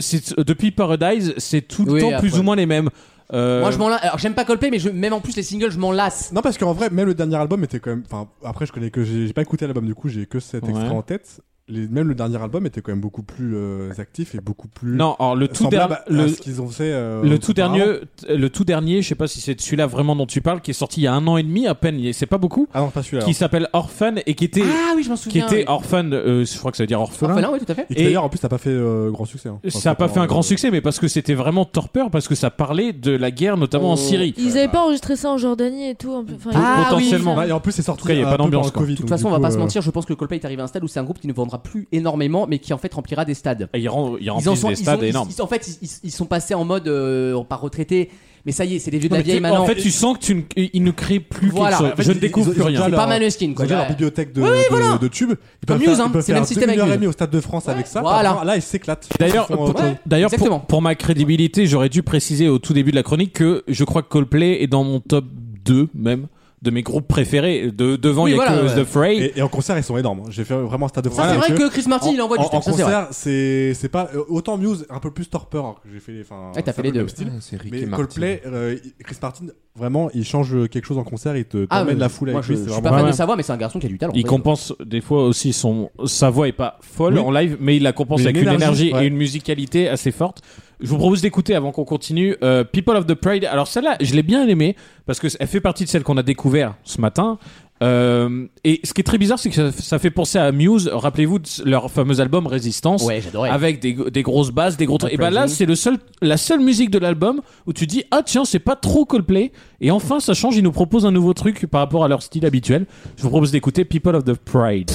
S3: c'est- depuis Paradise, c'est tout le
S1: Oui,
S3: temps plus
S1: après.
S3: ou moins les mêmes. Euh,
S1: Moi je m'en lasse. Alors j'aime pas Coldplay, mais je- même en plus les singles, je m'en lasse.
S6: Non, parce qu'en vrai, même le dernier album était quand même. Enfin, après, je connais que j'ai j'ai pas écouté l'album, du coup, j'ai que cet
S3: Ouais.
S6: extrait en tête. Les- Même le dernier album était quand même beaucoup plus euh, actif et beaucoup plus.
S3: Non, alors le tout dernier,
S6: semblable à- à
S3: le,
S6: ce qu'ils ont fait. euh,
S3: le tout
S6: auparavant.
S3: dernier, le tout dernier, je sais pas si c'est de celui-là vraiment dont tu parles, qui est sorti il y a un an et demi à peine, il- c'est pas beaucoup,
S6: Ah non, pas celui-là.
S3: qui s'appelle Orphan et qui était,
S1: Ah oui, je m'en
S3: qui
S1: souviens.
S3: était Orphan, euh, je crois que ça veut dire orphelin.
S1: Orphelin, oui, tout à fait.
S6: Et qui,
S3: et-
S6: d'ailleurs, en plus, t'as pas fait euh, grand succès. hein. Enfin,
S3: Ça a pas
S6: pas,
S3: fait un
S6: euh,
S3: grand succès, mais parce que c'était vraiment torpeur, parce que ça parlait de la guerre, notamment en
S1: Oh.
S3: Syrie.
S2: Ils avaient pas enregistré ça en Jordanie et tout. un peu- enfin,
S3: Ah
S2: ils-
S3: potentiellement.
S6: Bah, et en plus, c'est sorti.
S3: tout cas, il y a
S6: un
S3: pas
S6: peu pendant
S3: d'ambiance,
S6: le
S3: quoi.
S6: Covid,
S1: De toute
S6: donc,
S1: façon,
S6: du
S1: on va
S6: coup,
S1: pas
S6: euh,
S1: se mentir, je pense que Coldplay est arrivé à un stade où c'est un groupe qui ne vendra plus énormément, mais qui en fait remplira des stades.
S3: Et ils, rend- ils remplissent
S1: Ils en sont,
S3: des
S1: ils
S3: stades
S1: ont- ils-
S3: énormes.
S1: ils- en fait, ils- ils, ils sont passés en mode euh, pas retraité, mais ça y est, c'est des vieux de
S3: Non,
S1: la
S3: mais
S1: vieille
S3: tu-
S1: maintenant.
S3: en fait, tu sens que tu ne, ils ne créent plus
S1: Voilà.
S3: quelque chose.
S1: En
S6: fait,
S3: je ne
S6: ils-
S3: découvre
S6: ils-
S3: plus
S6: ils ont
S3: rien.
S6: déjà
S1: c'est
S6: leur-
S1: pas Maneskin
S6: Ils ont
S1: quoi.
S6: déjà leur
S1: Ouais.
S6: bibliothèque de,
S1: Oui, oui,
S6: de-
S1: voilà.
S6: de tubes. Ils
S1: Comme
S6: peuvent faire,
S1: Muse, hein,
S6: ils peuvent
S1: c'est le même
S6: faire
S1: système avec
S6: 2 heures et
S1: Muse.
S6: demie au Stade de France avec ça.
S1: Voilà.
S6: Par- Là, ils s'éclatent.
S3: D'ailleurs,
S6: Ils font, euh,
S3: pour,
S6: autant-
S3: d'ailleurs pour-
S1: Exactement.
S3: pour ma crédibilité, j'aurais dû préciser au tout début de la chronique que je crois que Coldplay est dans mon top 2 même de mes groupes préférés. De, devant,
S1: Oui,
S3: il y a
S1: voilà,
S3: que
S1: ouais.
S3: The Fray.
S6: Et, et en concert, ils sont énormes. hein. J'ai fait vraiment un stade de
S1: Ça,
S6: France.
S1: c'est
S6: avec
S1: vrai
S6: eux.
S1: que Chris Martin,
S6: En-
S1: il envoie du
S6: en, en
S1: texte, ça, c'est vrai.
S6: concert, c'est c'est pas euh, autant Muse, un peu plus torpeur alors que j'ai fait les. enfin,
S1: Ouais, t'as
S6: c'est un
S1: fait
S6: peu
S1: les
S6: le même
S1: deux.
S6: style.
S8: c'est Ricky
S6: Mais
S8: Martin.
S6: Coldplay, euh, il- Chris Martin, vraiment, il change quelque chose en concert, il te
S1: Ah, mais
S6: t'emmène la foule
S1: moi,
S6: avec
S1: je,
S6: lui.
S1: je suis
S6: c'est vraiment-
S1: pas fan
S3: Ouais.
S1: de sa voix, mais c'est un garçon qui a du talent.
S3: Il
S1: Ouais.
S3: compense des fois aussi son sa voix est pas folle
S6: Oui.
S3: en live, mais il la compense
S6: Mais
S3: avec
S6: une
S3: une
S6: énergie,
S3: énergie
S6: ouais.
S3: et une musicalité assez forte. Je vous propose d'écouter avant qu'on continue euh, People of the Pride. Alors celle-là, je l'ai bien aimée parce que elle fait partie de celle qu'on a découvert ce matin. Euh, et ce qui est très bizarre, c'est que ça, ça fait penser à Muse. Rappelez-vous de leur fameux album Résistance.
S1: Ouais, j'adorais.
S3: Avec des, des grosses basses, des gros trucs. Et bah là,
S1: Uprising.
S3: c'est le seul, la seule musique de l'album où tu dis ah tiens, c'est pas trop Coldplay. Et enfin, ça change. Ils nous proposent un nouveau truc par rapport à leur style habituel. Je vous propose d'écouter People of the Pride.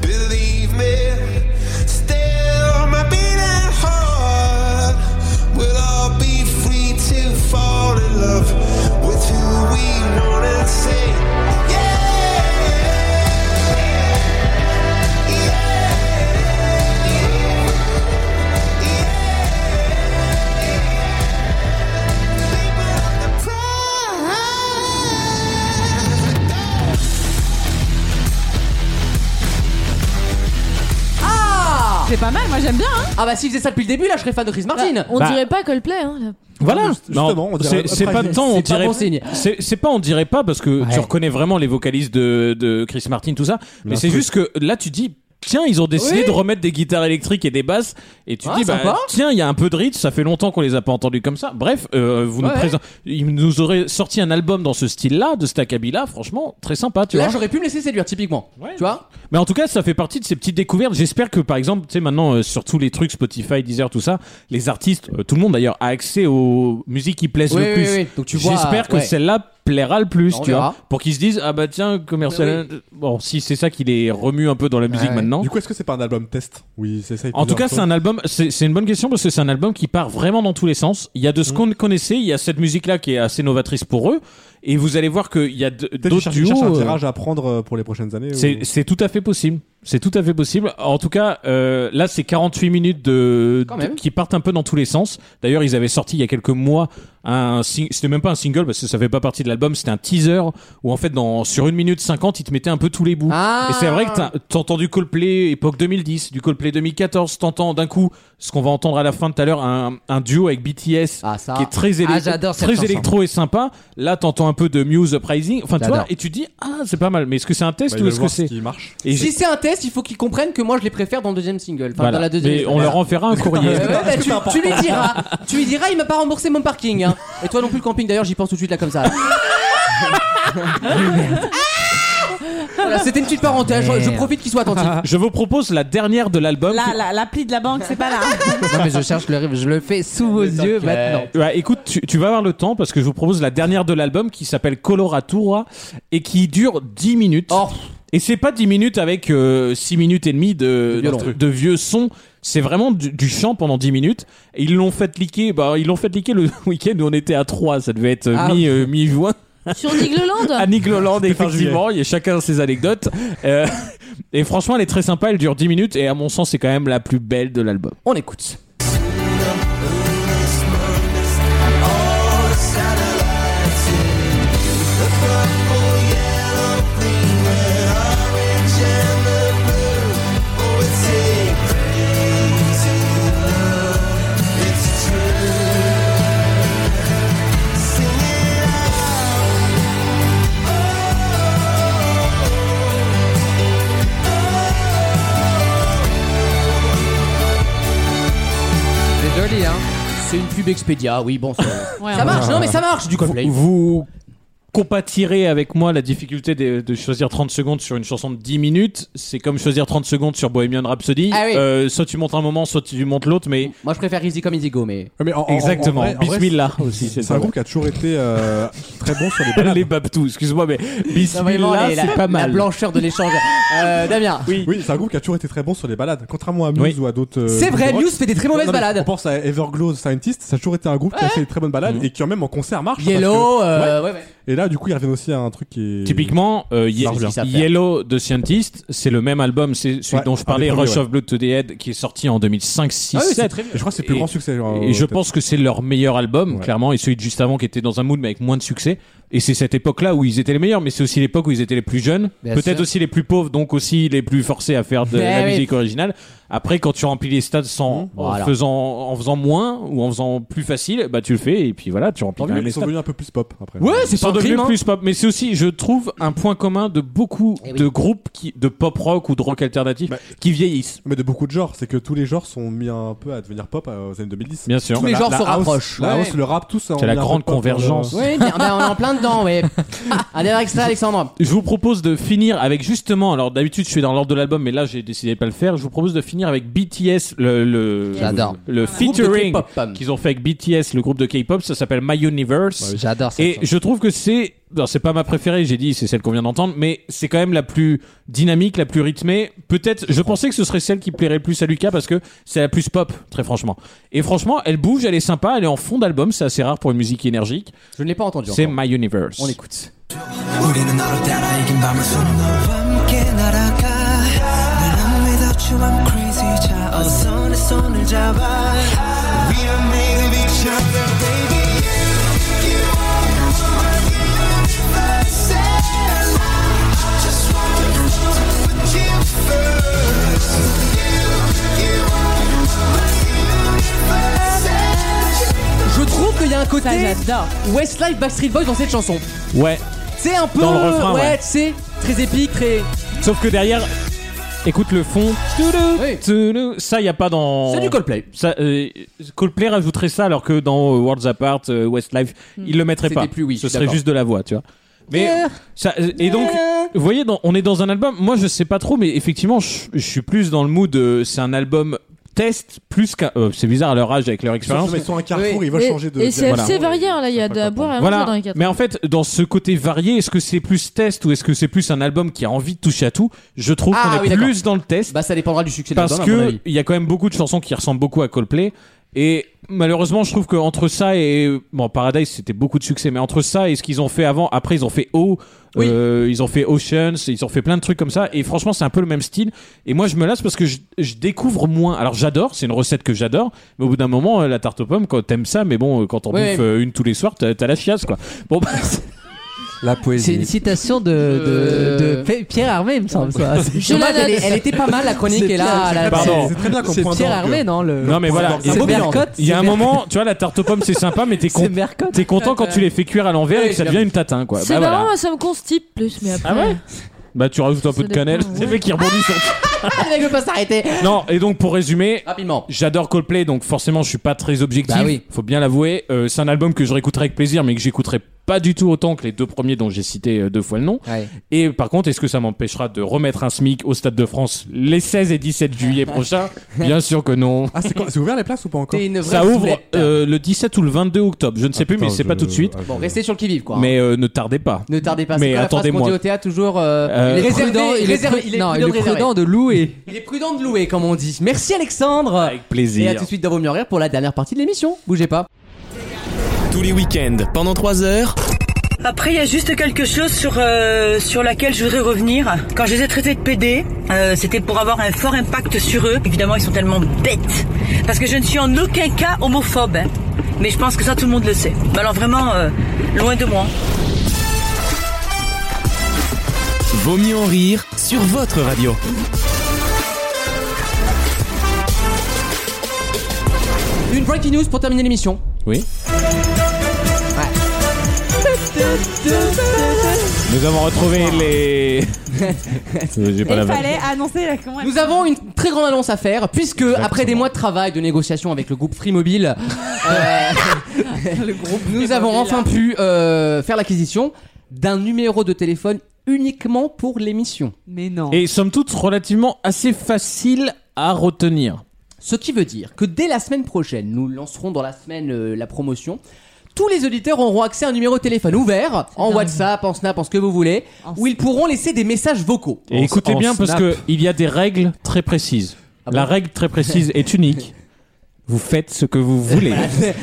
S12: Believe me, still my beating heart will all be free to fall in love with who we want and say.
S1: Ah
S7: C'est pas mal, moi j'aime bien. Hein.
S1: Ah bah s'il faisait ça depuis le début, là, je serais fan de Chris Martin.
S2: On
S3: Bah.
S2: dirait pas Coldplay. Hein, là.
S3: Voilà.
S6: Justement,
S3: Non,
S6: on dirait
S3: c'est c'est pas
S6: Uprising.
S3: tant on
S1: C'est pas
S3: dirait.
S1: bon signe.
S3: C'est c'est pas on dirait pas parce que tu reconnais vraiment les vocalistes de, de Chris Martin tout ça. Mais c'est juste que là tu dis. Tiens, ils ont décidé
S1: Oui.
S3: de remettre des guitares électriques et des basses, et tu
S1: Ah,
S3: dis bah
S1: sympa.
S3: tiens, il y a un peu de rythme, ça fait longtemps qu'on les a pas entendus comme ça. Bref, euh, vous nous
S1: Ouais.
S3: présentez, ils nous auraient sorti un album dans ce style-là, de Stakabila, franchement très sympa, tu
S1: Là,
S3: vois.
S1: j'aurais pu me laisser séduire, typiquement.
S3: Ouais.
S1: Tu vois
S3: Mais en tout cas, ça fait partie de ces petites découvertes. J'espère que, par exemple, tu sais, maintenant, euh, sur tous les trucs Spotify, Deezer, tout ça, les artistes, euh, tout le monde d'ailleurs, a accès aux musiques qui plaisent
S1: Oui,
S3: le
S1: oui,
S3: plus.
S1: oui. Donc tu vois,
S3: J'espère que
S1: ouais.
S3: celle-là plaira le plus,
S1: On
S3: tu
S1: verra.
S3: vois. Pour qu'ils se disent, ah bah tiens, commercial. euh, Bon, si c'est ça qui les remue un peu dans la musique
S5: ouais.
S3: maintenant.
S6: Du coup, est-ce que c'est pas un album test Oui, c'est ça.
S3: En tout cas, c'est un album, c'est c'est une bonne question parce que
S6: Mm.
S3: c'est un album qui part vraiment dans tous les sens. Il y a de ce qu'on connaissait, il y a cette musique-là qui est assez novatrice pour eux, Et vous allez voir qu'il y a d-
S6: Peut-être tu
S3: d'autres
S6: cherches tu cherches
S3: duos.
S6: un
S3: euh,
S6: tirage à prendre euh, pour les prochaines années.
S3: c'est,
S6: ou-
S3: c'est tout à fait possible. C'est tout à fait possible. En tout cas, euh, là, c'est 48 minutes de, de-
S1: même.
S3: qui partent un peu dans tous les sens. D'ailleurs, ils avaient sorti il y a quelques mois un sing- c'était même pas un single parce que ça fait pas partie de l'album, c'était un teaser où en fait dans sur une minute 50, ils te mettaient un peu tous les bouts. Et c'est vrai que t'as- t'entends du Coldplay époque 2010, du Coldplay 2014, t'entends d'un coup ce qu'on va entendre à la fin de tout à l'heure un, un duo avec BTS qui est très, élé-
S5: Ah, j'adore cette
S3: très
S5: chanson.
S3: électro et sympa. Là, t'entends un peu de Muse Uprising. Enfin, tu
S5: J'adore.
S3: vois, et tu dis ah, c'est pas mal, mais est-ce que c'est un test
S6: Bah, il
S3: ou
S6: va
S3: est-ce que
S6: voir
S3: c'est
S6: ce qui marche.
S3: Et j'ai-
S1: Si c'est un test, il faut qu'ils comprennent que moi je les préfère dans le deuxième single. Enfin,
S3: Voilà.
S1: dans la deuxième.
S3: Mais on
S1: Voilà.
S3: leur enverra un courrier.
S1: Ouais, ouais, bah, tu, tu lui diras, tu lui diras, il m'a pas remboursé mon parking. hein. Et toi non plus le camping d'ailleurs, j'y pense tout de suite là comme ça. Voilà, C'était une petite parenthèse, je, je profite qu'il soit attentif.
S3: Je vous propose la dernière de l'album.
S7: Là, là, l'appli de la banque, c'est pas là. hein.
S5: Non, mais je cherche le riff, je le fais sous vos yeux maintenant.
S3: Ouais, écoute, tu, tu vas avoir le temps parce que je vous propose la dernière de l'album qui s'appelle Coloratura et qui dure 10 minutes. Et c'est pas 10 minutes avec euh, 6 minutes et demie de, de, de vieux sons. C'est vraiment du, du chant pendant 10 minutes. Et ils l'ont fait liquer, bah, ils l'ont fait liquer le week-end où on était à 3. Ça devait être euh,
S2: Ah.
S3: mi, euh, mi-juin.
S2: Sur Nigloland
S1: Ah.
S3: À Nigloland, effectivement, il y a chacun ses anecdotes. Euh, et franchement, elle est très sympa, elle dure 10 minutes, et à mon sens, c'est quand même la plus belle de l'album.
S1: On écoute.
S5: C'est joli, hein.
S1: C'est une pub Expedia, oui, bon. Ça,
S5: Ouais,
S1: ça marche, non mais
S5: Ah.
S1: ça marche du coup.
S3: Vous compatirez avec moi la difficulté de, de choisir 30 secondes sur une chanson de 10 minutes. C'est comme choisir 30 secondes sur Bohemian Rhapsody.
S1: Ah oui.
S3: Euh, soit tu montes un moment, soit tu montes l'autre, mais.
S1: Moi, je préfère Easy Comme Indigo, mais.
S6: Mais en- en- en-
S3: Exactement.
S6: en vrai- en vrai,
S3: Bismillah
S6: c'est-
S3: aussi, c'est
S6: C'est un
S3: pas
S6: groupe
S3: mal.
S6: qui a toujours été euh, très bon sur les balades.
S3: Les Babtou, excuse-moi, mais
S5: Ah,
S1: Non, vraiment,
S3: Bismillah,
S1: les- la-
S3: c'est pas mal.
S1: La blancheur de l'échange. Euh, Damien.
S3: Oui,
S6: c'est un groupe qui a toujours été très bon sur les balades. Contrairement à Muse
S3: Oui.
S6: ou à d'autres. euh,
S1: C'est
S6: groupes
S1: vrai,
S6: de rock.
S1: Muse fait des très mauvaises
S6: Non, non, mais
S1: balades.
S6: On pense à Everglow, Scientist, ça a toujours été un groupe qui a fait des très bonnes balades et qui, même en concert, marche.
S1: Yellow,
S6: parce que-
S1: euh, ouais, ouais.
S6: Et là, du coup, ils reviennent aussi à un truc qui est.
S3: Typiquement, euh, Ye-
S6: Ça marche bien.
S3: Yellow de Scientist, c'est le même album, c'est celui
S6: Ouais,
S3: dont je
S6: un
S3: parlais,
S6: des premiers,
S3: Rush
S6: ouais.
S3: of Blood to the Head, qui est sorti en 2005, 6,
S6: Ah oui, c'est
S3: 7.
S6: très vieux. Je crois que c'est le plus
S3: Et-
S6: grand succès, genre,
S3: Et je
S6: peut-être.
S3: pense que c'est leur meilleur album, clairement, et celui de juste avant qui était dans un mood mais avec moins de succès. Et c'est cette époque-là où ils étaient les meilleurs, mais c'est aussi l'époque où ils étaient les plus jeunes,
S5: Bien
S3: peut-être
S5: sûr.
S3: aussi les plus pauvres, donc aussi les plus forcés à faire de
S5: Mais
S3: la
S5: oui. Mhm.
S3: musique originale. Après, quand tu remplis les stades sans,
S5: Voilà.
S3: en, faisant, en faisant moins ou en faisant plus facile, bah tu le fais, et puis voilà, tu remplis
S6: Tant
S3: quand
S6: mieux,
S3: même les
S6: ils sont
S3: stades.
S6: devenus un peu plus pop après.
S3: Ouais, c'est pas
S6: un crime, hein.
S3: plus pop, mais c'est aussi, je trouve, un point commun de beaucoup
S5: Eh
S3: de groupes qui, de pop rock ou de rock
S6: Bah,
S3: alternatif qui vieillissent.
S6: Mais de beaucoup de genres, c'est que tous les genres sont mis un peu à devenir pop euh, aux années 2010.
S3: Bien sûr. Tous les
S6: La-
S3: genres
S6: la
S3: se
S6: house-
S3: rapprochent.
S6: La
S3: Ouais.
S6: house, le rap, tout ça.
S3: C'est
S6: on
S3: la
S6: est un peu
S3: grande
S6: pop dans le-
S3: convergence.
S1: Oui, bien, ben, on est en plein dedans, oui. Un dernier extrait, Alexandre.
S3: Je vous propose de finir avec justement, alors d'habitude je suis dans l'ordre de l'album, mais là j'ai décidé de pas le faire. Je vous propose de finir avec BTS, le, le,
S5: J'adore.
S3: le
S5: Groupe de
S3: featuring
S5: K-pop.
S3: qu'ils ont fait avec BTS, le groupe de K-pop. Ça s'appelle My Universe.
S5: J'adore cette
S3: Et je trouve que c'est, non, c'est pas ma préférée. J'ai dit c'est celle qu'on vient d'entendre, mais c'est quand même la plus dynamique, la plus rythmée. Peut-être, je pensais que ce serait celle qui plairait le plus à Lucas parce que c'est la plus pop, très franchement. Et franchement, elle bouge, elle est sympa, elle est en fond d'album. C'est assez rare pour une musique énergique.
S1: Je ne l'ai pas entendue.
S3: C'est
S1: encore.
S3: My Universe.
S1: On écoute.
S12: 우리는 너를 따라 이긴 밤을 수놓 너와 함께 날아가 When I'm without you I'm crazy Oh, 자 어서 내 손을 잡아 We are made of each other baby You, you are my universe and I just wanna run with you first You, you are my universe and I
S1: Je trouve qu'il y a un côté Westlife Backstreet Boys dans cette chanson.
S3: Ouais.
S1: C'est un peu.
S3: Dans le refrain, ouais.
S1: c'est très épique, très.
S3: Sauf que derrière, écoute le fond. Toudou, Ça, il a pas dans.
S1: C'est du Coldplay.
S3: Ça, euh, Coldplay rajouterait ça alors que dans euh, Worlds Apart, euh, Westlife, il le mettrait
S1: Hmm. C'était
S3: pas.
S1: plus, oui,
S3: Ce serait
S1: d'accord.
S3: juste de la voix, tu vois. Mais ça, euh, et donc, vous voyez, dans- on est dans un album. Moi, je sais pas trop, mais effectivement, je je suis plus dans le mood. euh, C'est un album test plus qu'un. euh, c'est bizarre à leur âge avec leur expérience.
S6: Sauf que ils sont à un carrefour, ils veulent
S2: Et-
S6: changer de.
S2: Et c'est
S3: Voilà.
S2: assez varié, hein, là, il y a de à boire et à manger dans
S3: Voilà.
S2: les quatre.
S3: Mais en fait, dans ce côté varié, est-ce que c'est plus test ou est-ce que c'est plus un album qui a envie de toucher à tout Je trouve
S1: Ah
S3: qu'on
S1: oui,
S3: est
S1: d'accord.
S3: plus dans le test.
S1: Bah, ça dépendra du succès de
S3: parce
S1: l'album, à mon
S3: que
S1: avis.
S3: il y a quand même beaucoup de chansons qui ressemblent beaucoup à Coldplay Et malheureusement, je trouve qu'entre ça et. Bon, Paradise, c'était beaucoup de succès, mais entre ça et ce qu'ils ont fait avant, après, ils ont fait O, euh, ils ont fait Oceans, ils ont fait plein de trucs comme ça. Et franchement, c'est un peu le même style. Et moi, je me lasse parce que je, je découvre moins. Alors, j'adore, c'est une recette que j'adore, mais au bout d'un moment, euh, la tarte aux pommes, quand t'aimes ça, mais bon, euh, quand on
S5: Ouais,
S3: bouffe
S5: mais-
S3: euh, une tous les soirs, t'as t'as la chiasse, quoi. Bon, bah. La
S6: Ah,
S5: C'est une citation de, de, de Pe- Pierre Armé, il me semble. Ça. C'est
S1: Euh, Je la
S5: dommage,
S1: note. Elle était pas mal, la chronique,
S5: C'est
S1: et là,
S5: Pierre-
S1: la-
S3: Pardon.
S5: c'est- C'est Pierre Armé, non le...
S3: Non, mais voilà.
S5: C'est Bercotte,
S3: Il y a
S5: c'est
S3: un
S5: Bercotte.
S3: moment, tu vois, la tarte aux pommes, c'est sympa, mais t'es con- t'es content quand tu les fais cuire à l'envers et que ça devient une tatin, quoi.
S2: C'est
S3: Bah,
S2: marrant,
S3: voilà.
S2: moi, ça me constipe plus, mais après.
S3: Ah ouais Bah, tu rajoutes un peu de
S2: dépend,
S3: cannelle. C'est fait qui rebondit sur.
S5: Ah,
S1: Elle veut pas s'arrêter.
S3: Non, et donc pour résumer,
S1: rapidement,
S3: j'adore Coldplay, donc forcément je suis pas très objectif.
S1: Bah oui.
S3: Faut bien l'avouer, Euh, c'est un album que je réécouterai avec plaisir, mais que j'écouterai pas du tout autant que les deux premiers dont j'ai cité euh, deux fois le nom. Et par contre, est-ce que ça m'empêchera de remettre un SMIC au Stade de France les 16 et 17 juillet prochains Bien sûr que non.
S6: Ah, c'est quand- c'est ouvert les places ou pas encore
S1: T'es une vraie
S3: ça ouvre
S1: ciblette.
S3: euh, le 17 ou le 22 octobre, je ne sais plus, mais c'est pas tout de suite.
S6: Ah,
S1: Bon, restez sur le qui-vive, quoi.
S3: Mais euh, ne tardez pas.
S1: Ne tardez pas. C'est
S3: Mais
S1: quoi la phrase qu'on dit
S3: attendez-moi.
S1: au théâtre toujours euh,
S3: Euh,
S1: il est
S5: Réservé,
S1: prudent,
S5: il est
S1: réservé-
S5: pru-
S1: il est
S5: non,
S1: prudent
S5: il est
S1: réservé.
S5: prudent de louer.
S1: Il est prudent de louer, comme on dit. Merci Alexandre. Avec
S3: plaisir.
S1: Et à tout de suite dans Vaut mieux en rire pour la dernière partie de l'émission. Bougez pas.
S9: Tous les week-ends, pendant 3 heures.
S13: Après, il y a juste quelque chose sur, euh, sur laquelle je voudrais revenir. Quand je les ai traités de PD, euh, c'était pour avoir un fort impact sur eux. Évidemment, ils sont tellement bêtes. Parce que je ne suis en aucun cas homophobe. hein. Mais je pense que ça, tout le monde le sait. Mais alors vraiment, euh, loin de moi.
S9: Vaut mieux en rire sur votre radio.
S1: Une breaking news pour terminer l'émission.
S3: Oui. Nous avons retrouvé les. J'ai pas la
S7: Il
S3: vanne.
S7: fallait annoncer la comment elle-
S1: Nous avons une très grande annonce à faire, puisque après des mois de travail, de négociation avec le groupe Free Mobile, euh, nous avons enfin pu euh, faire l'acquisition d'un numéro de téléphone uniquement pour l'émission.
S7: Mais non.
S3: Et somme toute relativement assez facile à retenir.
S1: Ce qui veut dire que dès la semaine prochaine, nous lancerons dans la semaine euh, la promotion. Tous les auditeurs auront accès à un numéro de téléphone ouvert, en WhatsApp, en Snap, en ce que vous voulez, où ils pourront laisser des messages vocaux.
S3: Et écoutez bien parce que il y a des règles très précises. La règle très précise est unique. Vous faites ce que vous voulez.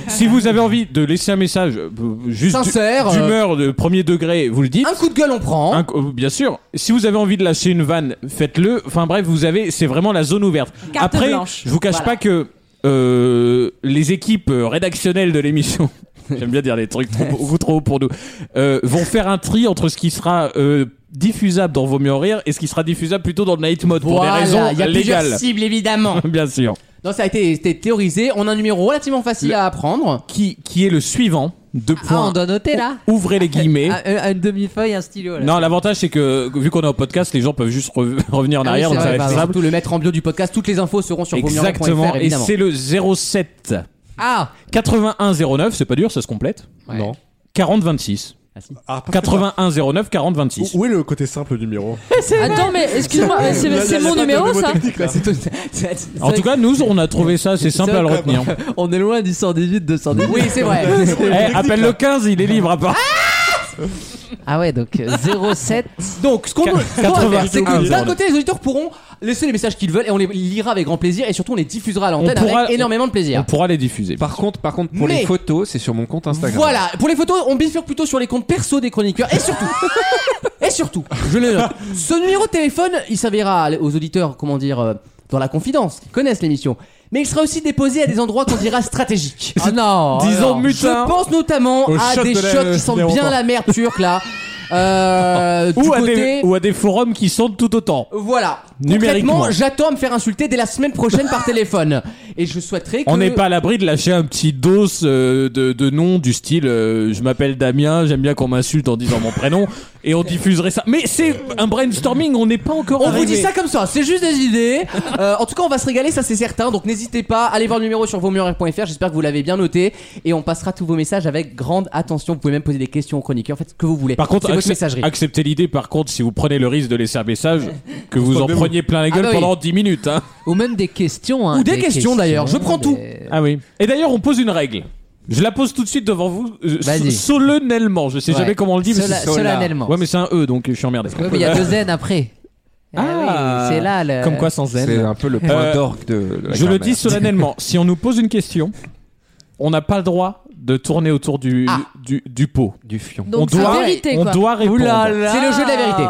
S3: si vous avez envie de laisser un message euh, juste du-
S1: Sincère, euh,
S3: d'humeur de premier degré, vous le dites. Un
S1: coup de gueule, on prend.
S3: euh, bien sûr. Si vous avez envie de lâcher une vanne, faites-le. Enfin bref, vous avez, c'est vraiment la zone ouverte.
S1: Carte
S3: Après,
S1: blanche.
S3: je vous cache
S1: Voilà.
S3: pas que euh, les équipes euh, rédactionnelles de l'émission. J'aime bien dire des trucs trop, beaucoup trop hauts pour nous. euh, vont faire un tri entre ce qui sera euh, diffusable dans Vaut mieux en rire et ce qui sera diffusable plutôt dans le night mode pour
S1: Voilà,
S3: des raisons
S1: il y a plusieurs
S3: légales.
S1: cibles, évidemment.
S3: bien sûr.
S1: Non, ça a été, été théorisé. On a un numéro relativement facile à apprendre. Oh.
S3: Qui, qui est le suivant Deux
S1: Ah,
S3: points.
S5: Ah, on doit noter, là
S3: O- Ouvrez les guillemets.
S5: Un- un- une demi-feuille, un stylo. Là.
S1: Ah
S3: Non, l'avantage c'est que vu qu'on est au podcast, les gens peuvent juste re- revenir en
S1: Ah oui,
S3: arrière,
S1: c'est
S3: donc ça
S1: vrai,
S3: va être
S1: pardon.
S3: simple.
S1: Surtout le mettre en bio du podcast. Toutes les infos seront sur
S3: Exactement.
S1: vaumieuxenrire.fr,
S3: Et
S1: évidemment.
S3: c'est le 07
S1: Ah
S3: 8109, c'est pas dur, ça se complète. Non. 4026.
S6: Ah, parce que-
S3: 8109 4026.
S6: Où est le côté simple du numéro
S2: Attends, mais excuse-moi,
S3: Ah,
S2: mais c'est c'est mon numéro ça
S3: En tout cas, nous, on a trouvé ça assez simple
S5: C'est
S3: à le
S5: vrai
S3: retenir.
S5: On est loin du 118, 218.
S1: Oui, c'est vrai.
S3: Eh, appelle le 15, il est libre à part.
S5: Ah ouais, donc euh, 07.
S1: Donc, ce qu'on
S5: Quatre-
S1: ce qu'on va faire, c'est que
S5: 81.
S1: d'un côté, les auditeurs pourront laisser les messages qu'ils veulent et on les lira avec grand plaisir et surtout on les diffusera à l'antenne
S8: pourra-
S1: avec énormément de plaisir.
S3: On pourra les diffuser.
S8: Par contre, par contre, pour
S1: Mais-
S8: les photos, c'est sur mon compte Instagram.
S1: Voilà, pour les photos, on bifurque plutôt sur les comptes perso des chroniqueurs et surtout, et surtout, je le note. Ce numéro de téléphone, il servira aux auditeurs, comment dire, euh, dans la confidence, qui connaissent l'émission. Mais il sera aussi déposé à des endroits qu'on dira stratégiques. Ah non,
S3: Disons
S1: alors.
S3: mutin.
S1: Je pense notamment
S3: Au
S1: à
S3: shot
S1: des
S3: de la-
S1: shots qui sentent bien
S3: l'aéroport.
S1: la mer turque là. Euh, du
S3: ou, à
S1: côté...
S3: des, ou à des forums qui sentent tout autant.
S1: Voilà.
S3: Numériquement.
S1: Concrètement, j'attends à me faire insulter dès la semaine prochaine par téléphone. Et je souhaiterais que.
S3: On n'est pas à l'abri de lâcher un petit dos euh, de, de nom du style euh, je m'appelle Damien, j'aime bien qu'on m'insulte en disant mon prénom et on diffuserait ça. Mais c'est un brainstorming, on n'est pas encore
S1: On
S3: arrivé.
S1: vous dit ça comme ça, c'est juste des idées. Euh, en tout cas, on va se régaler, ça c'est certain. Donc n'hésitez pas, allez voir le numéro sur vosmurrires.fr. J'espère que vous l'avez bien noté. Et on passera tous vos messages avec grande attention. Vous pouvez même poser des questions aux chroniqueurs, en fait, ce que vous voulez.
S3: Par contre,
S1: c'est votre
S3: accep-
S1: messagerie.
S3: acceptez l'idée. Par contre, si vous prenez le risque de laisser un message, que vous en
S1: moque de vous.
S3: preniez plein la gueule
S1: Ah bah oui.
S3: pendant 10 minutes. hein.
S5: Ou même des questions. hein,
S1: Ou des, questions d'ailleurs, je prends tout.
S3: Ah oui. Et d'ailleurs, on pose une règle. Je la pose tout de suite devant vous, euh,
S5: Vas-y.
S3: so- solennellement. Je sais
S5: Ouais.
S3: jamais comment on le dit, mais
S5: Sola-
S3: c'est sola-
S5: solennellement.
S3: Ouais, mais c'est un E, donc je suis emmerdé.
S5: Ouais, mais il y a deux N après. Eh
S3: Ah.
S5: oui, c'est là le.
S8: Comme quoi, sans
S5: zen.
S8: C'est un peu le point
S3: Euh,
S8: d'orgue de. la
S3: Je le
S8: grand-mère.
S3: dis solennellement, si on nous pose une question, on n'a pas le droit de tourner autour du, du, du pot.
S8: Du fion.
S3: on
S5: Ah. Donc, c'est
S3: doit,
S5: la vérité,
S3: on
S5: quoi.
S3: doit répondre.
S5: Ouh là là. C'est le jeu de la vérité.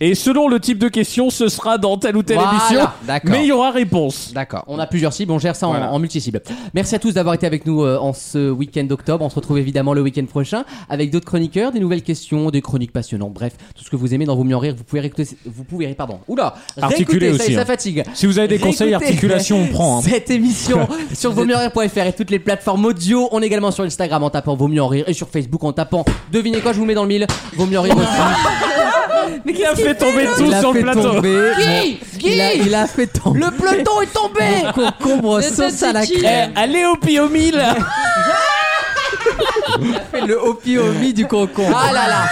S3: Et selon le type de question, ce sera dans telle ou telle
S1: Voilà,
S3: émission.
S1: d'accord.
S3: Mais il y aura réponse.
S1: D'accord. On a plusieurs cibles, on gère ça en-
S3: Voilà.
S1: en, multi-cibles. Merci à tous d'avoir été avec nous euh, en ce week-end d'octobre. On se retrouve évidemment le week-end prochain avec d'autres chroniqueurs, des nouvelles questions, des chroniques passionnantes. Bref, tout ce que vous aimez dans Vaut mieux en rire, vous pouvez réécouter. Vous pouvez, pardon. Oula, réécouter,
S3: Articuler aussi,
S1: Ça, y est,
S3: hein.
S1: ça fatigue.
S3: Si vous avez des conseils,
S1: Réécoutez
S3: articulation, on prend, hein.
S1: Cette émission sur vautmieuxenrire.fr et toutes les plateformes audio. On est également sur Instagram en tapant Vaut mieux en rire et sur Facebook en tapant Devinez quoi, je vous mets dans le mille. Vaut mieux en rire aussi.
S3: Mais il a fait tomber
S1: là
S3: tout
S1: Il a
S3: sur le
S1: fait
S3: plateau.
S1: tomber,
S3: Guy
S1: Guy il a, il a fait tomber. Le peloton est tombé Concombre, sauce à la crème.
S3: Eh, allez au Piomi là
S1: le opiomi du concombre. Ah là là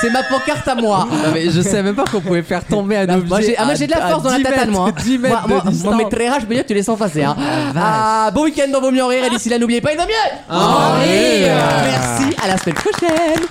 S1: C'est ma pancarte à moi.
S5: Non, mais je savais pas qu'on pouvait faire tomber un objet.
S1: Moi j'ai ah, moi, j'ai de la
S5: à-
S1: force dans
S5: à
S1: la
S5: 10
S1: tatane, moi. hein.
S5: mètres- 10 mètres
S1: moi, moi,
S5: de distance.
S1: moi, mes traits je peux dire que tu les sens passer. Hein. Ah, bon
S5: Ah,
S1: week-end dans Vaut mieux en rire et d'ici là n'oubliez pas, il vaut mieux
S5: En rire.
S1: Merci, à la semaine prochaine